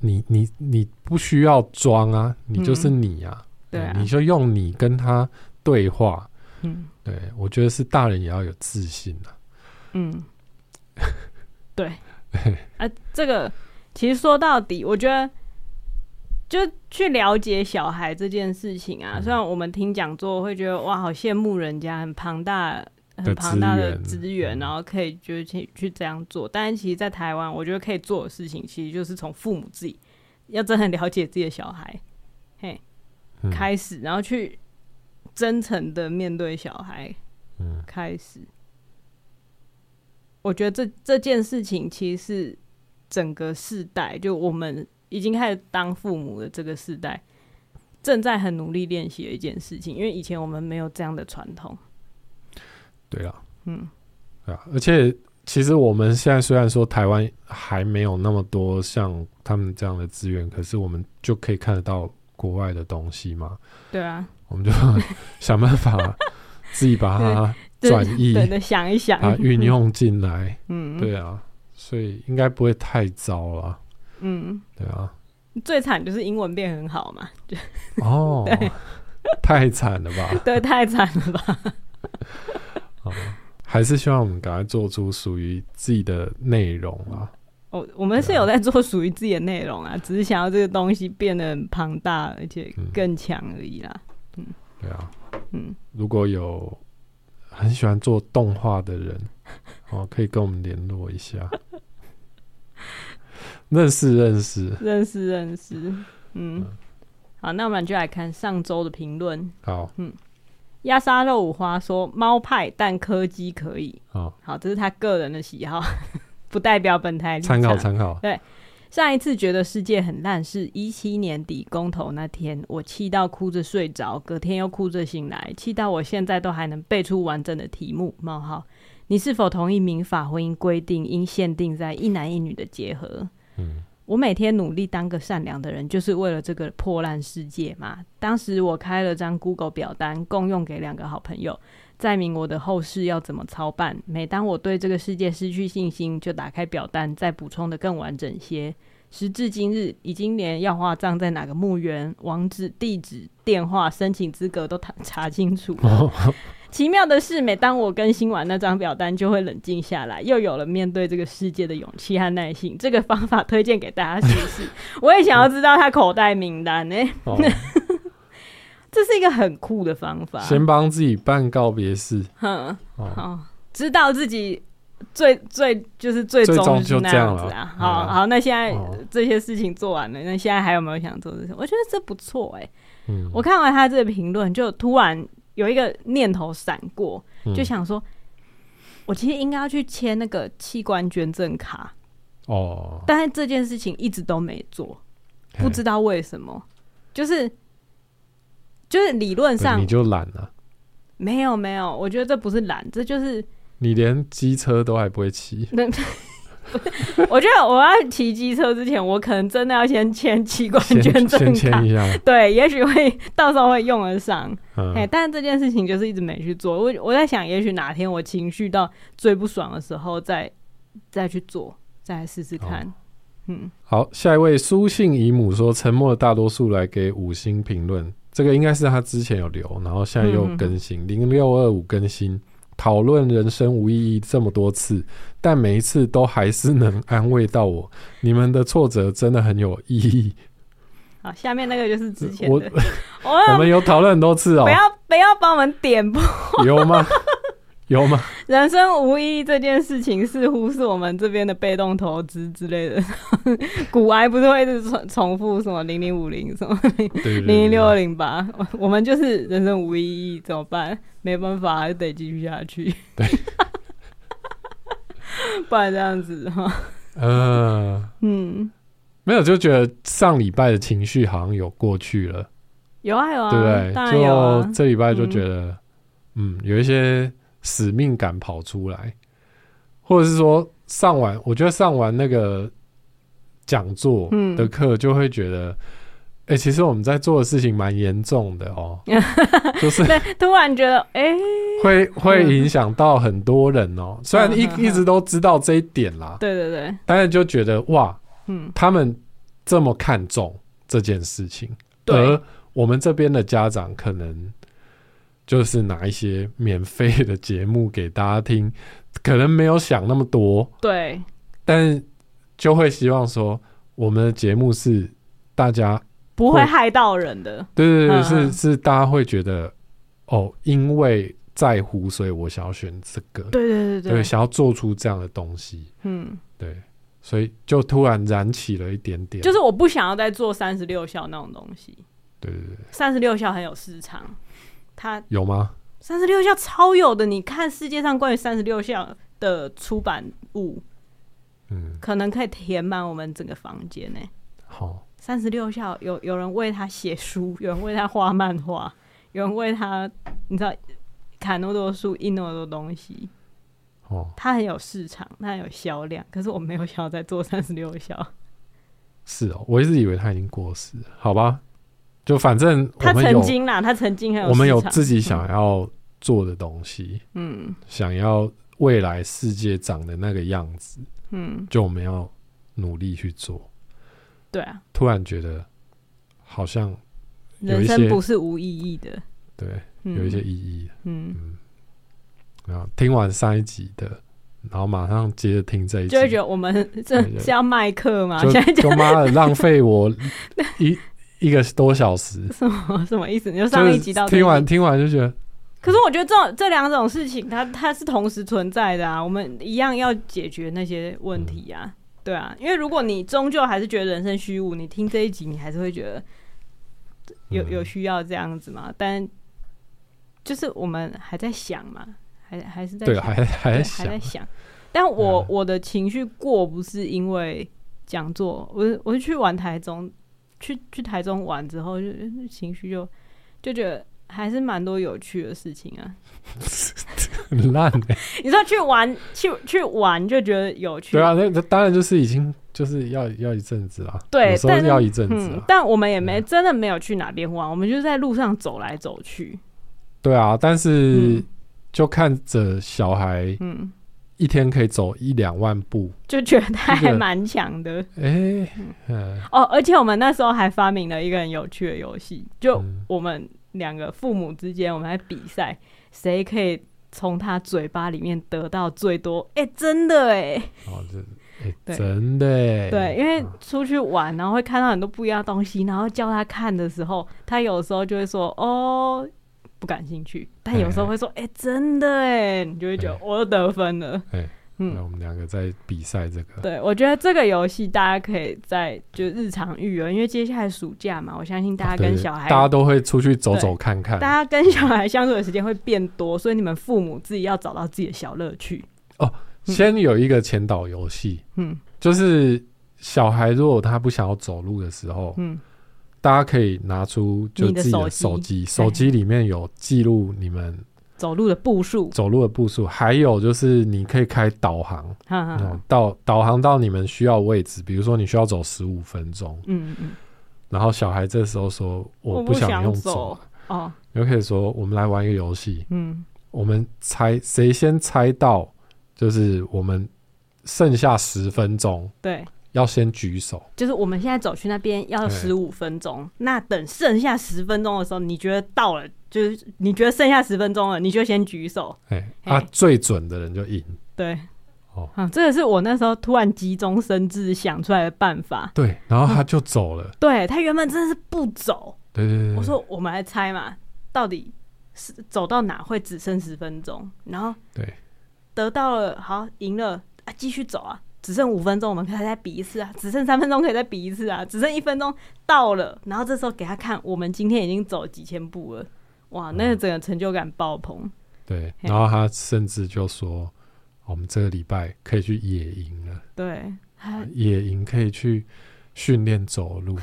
Speaker 2: 你你你不需要装啊，你就是你啊，
Speaker 1: 嗯对啊
Speaker 2: 你就用你跟他对话。
Speaker 1: 嗯
Speaker 2: 对我觉得是大人也要有自信啊。
Speaker 1: 嗯，对，啊，这个其实说到底，我觉得就去了解小孩这件事情啊。
Speaker 2: 嗯
Speaker 1: 虽然我们听讲座会觉得哇，好羡慕人家很庞大、很
Speaker 2: 的
Speaker 1: 庞大的
Speaker 2: 资源
Speaker 1: 资源，
Speaker 2: 嗯
Speaker 1: 然后可以就是去去这样做。但是其实，在台湾，我觉得可以做的事情，其实就是从父母自己要真的很了解自己的小孩，嘿，
Speaker 2: 嗯
Speaker 1: 开始，然后去真诚的面对小孩，
Speaker 2: 嗯
Speaker 1: 开始。我觉得这这件事情其实是整个世代，就我们已经开始当父母的这个世代，正在很努力练习的一件事情，因为以前我们没有这样的传统。
Speaker 2: 对啊，
Speaker 1: 嗯，
Speaker 2: 对啊，而且其实我们现在虽然说台湾还没有那么多像他们这样的资源，可是我们就可以看得到国外的东西嘛，
Speaker 1: 对啊，
Speaker 2: 我们就 想办法自己把它
Speaker 1: 对
Speaker 2: 转移，
Speaker 1: 对对，想一想，
Speaker 2: 把它运用进来。
Speaker 1: 嗯，
Speaker 2: 对啊，所以应该不会太糟了。
Speaker 1: 嗯，
Speaker 2: 对 啊，
Speaker 1: 最惨就是英文变很好嘛，
Speaker 2: 哦，太惨了吧？
Speaker 1: 对，太惨了吧？
Speaker 2: 哦，还是希望我们赶快做出属于自己的内容啊。
Speaker 1: 我哦我们是有在做属于自己的内容啊，只是想要这个东西变得很庞大，而且
Speaker 2: 嗯
Speaker 1: 更强而已啦。
Speaker 2: 对啊，
Speaker 1: 嗯，
Speaker 2: 如果有很喜欢做动画的人，哦，可以跟我们联络 一下，认识认识。
Speaker 1: 认识认识，嗯，好，那我们就来看上周的评论。
Speaker 2: 好，
Speaker 1: 鸭沙肉五花说猫派，但柯基可以。
Speaker 2: 好，
Speaker 1: 好，这是他个人的喜好，不代表本台立
Speaker 2: 参考
Speaker 1: 场。
Speaker 2: 参考。
Speaker 1: 上一次觉得世界很烂是一七年底公投那天，我气到哭着睡着，隔天又哭着醒来，气到我现在都还能背出完整的题目。冒号，你是否同意民法婚姻规定应限定在一男一女的结合？
Speaker 2: 嗯，
Speaker 1: 我每天努力当个善良的人，就是为了这个破烂世界嘛。当时我开了张 Google 表单，共用给两个好朋友，载明我的后事要怎么操办。每当我对这个世界失去信心，就打开表单，再补充的更完整些。时至今日，已经连要花葬在哪个墓园、网址、地址、电话、申请资格都查查清楚了。
Speaker 2: 哦
Speaker 1: 奇妙的是，每当我更新完那张表单，就会冷静下来，又有了面对这个世界的勇气和耐心。这个方法推荐给大家试试。 我也想要知道他口袋名 单呢、
Speaker 2: 哦，
Speaker 1: 这是一个很酷的方法。
Speaker 2: 先帮自己办告别式，
Speaker 1: 哼，
Speaker 2: 哦，
Speaker 1: 好，知道自己最最就是最
Speaker 2: 最终
Speaker 1: 终是
Speaker 2: 就
Speaker 1: 那
Speaker 2: 这样
Speaker 1: 子啊。
Speaker 2: 了
Speaker 1: 好
Speaker 2: 嗯
Speaker 1: 好，那现在
Speaker 2: 哦
Speaker 1: 这些事情做完了，那现在还有没有想做的事情？我觉得这不错哎、
Speaker 2: 嗯，
Speaker 1: 我看完他这个评论，就突然有一个念头闪过，
Speaker 2: 嗯
Speaker 1: 就想说，我其实应该要去签那个器官捐赠卡，
Speaker 2: 哦，
Speaker 1: 但是这件事情一直都没做，
Speaker 2: 嘿
Speaker 1: 不知道为什么，就是就是理论
Speaker 2: 对
Speaker 1: 上
Speaker 2: 你就懒啊了，
Speaker 1: 没有没有，我觉得这不是懒，这就是，
Speaker 2: 你连机车都还不会骑
Speaker 1: 我觉得我要骑机车之前，我可能真的要先签器官
Speaker 2: 先
Speaker 1: 捐
Speaker 2: 先
Speaker 1: 赠
Speaker 2: 签
Speaker 1: 卡。
Speaker 2: 一下，
Speaker 1: 对，也许会到时候会用得上，哎、
Speaker 2: 嗯，
Speaker 1: 但是这件事情就是一直没去做。我我在想，也许哪天我情绪到最不爽的时候再，再去做，再来试试
Speaker 2: 哦
Speaker 1: 看。嗯，
Speaker 2: 好，下一位苏姓姨母说，沉默的大多数来给五星评论，这个应该是他之前有留，然后现在又更
Speaker 1: 嗯
Speaker 2: 新零六二五更新，讨论人生无意义这么多次，但每一次都还是能安慰到我，你们的挫折真的很有意义。
Speaker 1: 好，下面那个就是之前
Speaker 2: 我
Speaker 1: 的， 我
Speaker 2: 我们有讨论很多次哦
Speaker 1: 嗯不，要不要帮我们点播。
Speaker 2: 有吗？有吗？
Speaker 1: 人生无意义这件事情，似乎是我们这边的被动投资之类的。 古癌不是会一直重重复什么零零五零什么
Speaker 2: 对对对
Speaker 1: 零零六二
Speaker 2: 对
Speaker 1: 零八， 我我们就是人生无意义，怎么办？没办法，还是得继续下去。
Speaker 2: 对，
Speaker 1: 不然这样子 哈，
Speaker 2: 呃，
Speaker 1: 嗯，
Speaker 2: 没有，就觉得上礼拜的情绪好像有过去了。
Speaker 1: 有啊有啊，
Speaker 2: 对不对？
Speaker 1: 当然有啊
Speaker 2: 就。这礼拜就
Speaker 1: 嗯
Speaker 2: 觉得，嗯有一些使命感跑出来，或者是说上完，我觉得上完那个讲座
Speaker 1: 嗯
Speaker 2: 的课，就会觉得，哎、其实我们在做的事情蛮严重的 哦，就是
Speaker 1: 对， 突然觉得，哎、
Speaker 2: 会会影响到很多人哦。虽然一
Speaker 1: 嗯嗯
Speaker 2: 一直都知道这一点啦，
Speaker 1: 对对对，
Speaker 2: 但是就觉得哇，
Speaker 1: 嗯，
Speaker 2: 他们这么看重这件事情，
Speaker 1: 对
Speaker 2: 而我们这边的家长可能就是拿一些免费的节目给大家听，可能没有想那么多，
Speaker 1: 对，
Speaker 2: 但就会希望说我们的节目是大家
Speaker 1: 不会
Speaker 2: 会
Speaker 1: 害到人的，
Speaker 2: 对对对，
Speaker 1: 嗯嗯
Speaker 2: 是是大家会觉得哦，因为在乎，所以我想要选这个，
Speaker 1: 对对对
Speaker 2: 想要做出这样的东西，
Speaker 1: 嗯，
Speaker 2: 对，所以就突然燃起了一点点，
Speaker 1: 就是我不想要再做三十六孝那种东西，
Speaker 2: 对对对，
Speaker 1: 三十六孝很有市场，它
Speaker 2: 有吗？
Speaker 1: 三十六孝超有的，你看世界上关于三十六孝的出版物，
Speaker 2: 嗯，
Speaker 1: 可能可以填满我们整个房间呢、
Speaker 2: 好，
Speaker 1: 三十六孝有有人为他写书， 有人为他画漫画，有人为他你知道砍那么多树，印那么多东西，
Speaker 2: 哦，
Speaker 1: 他很有市场，他很有销量。可是我没有想要再做三十六孝，
Speaker 2: 是哦，我一直以为他已经过世了，好吧？就反正我
Speaker 1: 他
Speaker 2: 们
Speaker 1: 曾
Speaker 2: 有
Speaker 1: 经啦，他曾经很有
Speaker 2: 我们有
Speaker 1: 市场
Speaker 2: 自己想要做的东西，
Speaker 1: 嗯
Speaker 2: 想要未来世界长的那个样子，
Speaker 1: 嗯，
Speaker 2: 就我们要努力去做。
Speaker 1: 对啊，
Speaker 2: 突然觉得好像有
Speaker 1: 人
Speaker 2: 一些
Speaker 1: 生不是无意义的，
Speaker 2: 对
Speaker 1: 嗯、
Speaker 2: 有一些意义，
Speaker 1: 嗯，
Speaker 2: 然后听完上一集的，然后马上接着听这一集
Speaker 1: 就会觉，得我们这
Speaker 2: 对对
Speaker 1: 是要卖课吗？现在
Speaker 2: 就
Speaker 1: 讲
Speaker 2: 就妈的浪费我 一一个多小时，
Speaker 1: 什么什么意思？你就
Speaker 2: 就
Speaker 1: 上一
Speaker 2: 是
Speaker 1: 集到这一
Speaker 2: 听
Speaker 1: 集
Speaker 2: 完听完就觉得
Speaker 1: 可是我觉得这种这两种事情它，它是同时存在的啊，我们一样要解决那些问题
Speaker 2: 嗯
Speaker 1: 啊，对啊，因为如果你终究还是觉得人生虚无，你听这一集，你还是会觉得有
Speaker 2: 嗯
Speaker 1: 有需要这样子嘛，但就是我们还在想嘛，还还是在
Speaker 2: 对，
Speaker 1: 想
Speaker 2: 还还
Speaker 1: 对
Speaker 2: 在
Speaker 1: 还
Speaker 2: 哎想
Speaker 1: 在。想，但我、
Speaker 2: 嗯
Speaker 1: 我的情绪过不是因为讲座，我是我是去玩台中，去去台中玩之后，就就情绪就就觉得还是蛮多有趣的事情啊。
Speaker 2: 很烂 欸
Speaker 1: 你知道去玩去去玩就觉得有趣，
Speaker 2: 对啊，那那当然就是已经就是要要一阵子啦，
Speaker 1: 对
Speaker 2: 有时候
Speaker 1: 但是
Speaker 2: 要一阵子
Speaker 1: 嗯
Speaker 2: 啊，，
Speaker 1: 但我们也没、
Speaker 2: 嗯
Speaker 1: 真的没有去哪边玩，我们就是在路上走来走去。
Speaker 2: 对啊，但是
Speaker 1: 嗯
Speaker 2: 就看着小孩
Speaker 1: 嗯，
Speaker 2: 一天可以走一两万步，
Speaker 1: 就觉得他
Speaker 2: 这个
Speaker 1: 还蛮强的
Speaker 2: 哎，嗯，
Speaker 1: 哦。而且我们那时候还发明了一个很有趣的游戏，就
Speaker 2: 嗯
Speaker 1: 我们两个父母之间，我们还比赛谁可以从他嘴巴里面得到最多。哎、真的哎、
Speaker 2: 哦，这哎
Speaker 1: 对
Speaker 2: 真的欸
Speaker 1: 对，因为
Speaker 2: 嗯
Speaker 1: 出去玩，然后会看到很多不一样的东西，然后叫他看的时候，他有时候就会说哦。不感兴趣，但有时候会说：“哎、真的哎！”你就会觉得
Speaker 2: 哎
Speaker 1: 我又得分了。
Speaker 2: 哎
Speaker 1: 嗯
Speaker 2: 那，我们两个在比赛这个，
Speaker 1: 对，我觉得这个游戏大家可以在就日常育儿，因为接下来暑假嘛，我相信大家
Speaker 2: 啊对
Speaker 1: 跟
Speaker 2: 对
Speaker 1: 小孩，
Speaker 2: 大家都会出去走走看看，
Speaker 1: 大家嗯跟小孩相处的时间会变多，所以你们父母自己要找到自己的小乐趣。嗯
Speaker 2: 先有一个前导游戏，
Speaker 1: 嗯
Speaker 2: 就是小孩如果他不想要走路的时候，
Speaker 1: 嗯，
Speaker 2: 大家可以拿出就
Speaker 1: 你的
Speaker 2: 自己的手
Speaker 1: 手
Speaker 2: 机，手机里面有记录你们
Speaker 1: 走路的步数，
Speaker 2: 走路的步数，还有就是你可以开导航，
Speaker 1: 哈哈
Speaker 2: 那种
Speaker 1: 哈，
Speaker 2: 到导航到你们需要的位置，比如说你需要走十五分钟，
Speaker 1: 嗯嗯，
Speaker 2: 然后小孩这时候说我
Speaker 1: 不
Speaker 2: 想用
Speaker 1: 走，哦，
Speaker 2: 你就可以说我们来玩一个游戏，
Speaker 1: 嗯，
Speaker 2: 我们猜谁先猜到，就是我们剩下十分钟
Speaker 1: 对，
Speaker 2: 要先举手，
Speaker 1: 就是我们现在走去那边要
Speaker 2: 对
Speaker 1: 十五分
Speaker 2: 哎
Speaker 1: 钟，那等剩下十分钟的时候，你觉得到了，就是你觉得剩下十分钟了，你就先举手。
Speaker 2: 哎、
Speaker 1: 嘿
Speaker 2: 啊最准的人就赢。
Speaker 1: 对，
Speaker 2: 哦
Speaker 1: 啊，这个是我那时候突然急中生智想出来的办法。
Speaker 2: 对，然后
Speaker 1: 嗯
Speaker 2: 他就走了。
Speaker 1: 对他原本真的是不走，
Speaker 2: 对对对对，
Speaker 1: 我说我们来猜嘛，到底是走到哪会只剩十分钟，然后
Speaker 2: 对
Speaker 1: 得到了好赢了啊，继续走啊，只剩五分钟，我们可以再比一次啊，只剩三分钟可以再比一次啊，只剩一分钟到了，然后这时候给他看，我们今天已经走几千步了，哇，
Speaker 2: 嗯
Speaker 1: 那个整个成就感爆棚，
Speaker 2: 对，
Speaker 1: 嘿
Speaker 2: 然后他甚至就说，我们这个礼拜可以去野营了，
Speaker 1: 对。他
Speaker 2: 野营可以去训练 走路。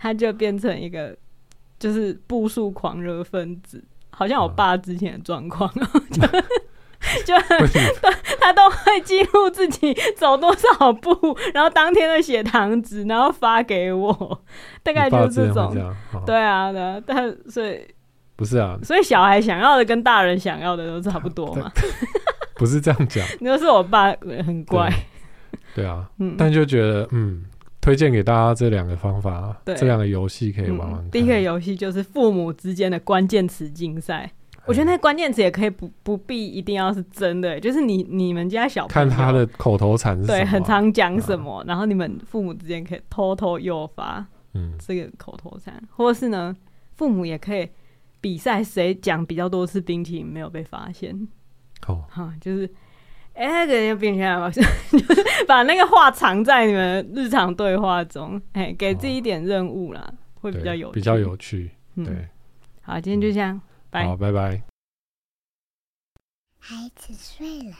Speaker 1: 他就变成一个就是步数狂热分子，好像我
Speaker 2: 嗯
Speaker 1: 爸之前的状况， 就就
Speaker 2: 为什么
Speaker 1: 他都会记录自己走多少步，然后当天的血糖值，然后发给我， 大概
Speaker 2: 你
Speaker 1: 就
Speaker 2: 爸
Speaker 1: 是
Speaker 2: 之前
Speaker 1: 这种
Speaker 2: 会这。样，哦
Speaker 1: 对啊，对啊，但所以
Speaker 2: 不是啊，
Speaker 1: 所以小孩想要的跟大人想要的都差不多嘛。
Speaker 2: 不是这样讲，
Speaker 1: 你说是我爸呃很乖，
Speaker 2: 对啊，
Speaker 1: 嗯，
Speaker 2: 但就觉得嗯，推荐给大家这两个方法啊，
Speaker 1: 对
Speaker 2: 这两个游戏可以
Speaker 1: 嗯
Speaker 2: 玩玩看。
Speaker 1: 第一个游戏就是父母之间的关键词竞
Speaker 2: 哎
Speaker 1: 赛，我觉得那关键词也可以不不必一定要是真的、欸就是你你们家小朋
Speaker 2: 看
Speaker 1: 友
Speaker 2: 他的口头禅是什么
Speaker 1: 对
Speaker 2: 啊
Speaker 1: 很，常讲什么、然后你们父母之间可以偷偷诱发
Speaker 2: 嗯，
Speaker 1: 这个口头禅，或是呢父母也可以比赛谁讲比较多次冰淇淋没有被发现，
Speaker 2: 好，
Speaker 1: 哈，就是。哎、那个冰淇淋吧， 就是把那个话藏在你们日常对话中，哎、给自己一点任务啦，会比
Speaker 2: 对
Speaker 1: 较有
Speaker 2: 比较
Speaker 1: 趣
Speaker 2: 有趣，
Speaker 1: 嗯
Speaker 2: 对，
Speaker 1: 好，今天就这样，拜。
Speaker 2: 好，拜拜。
Speaker 3: 孩子睡了，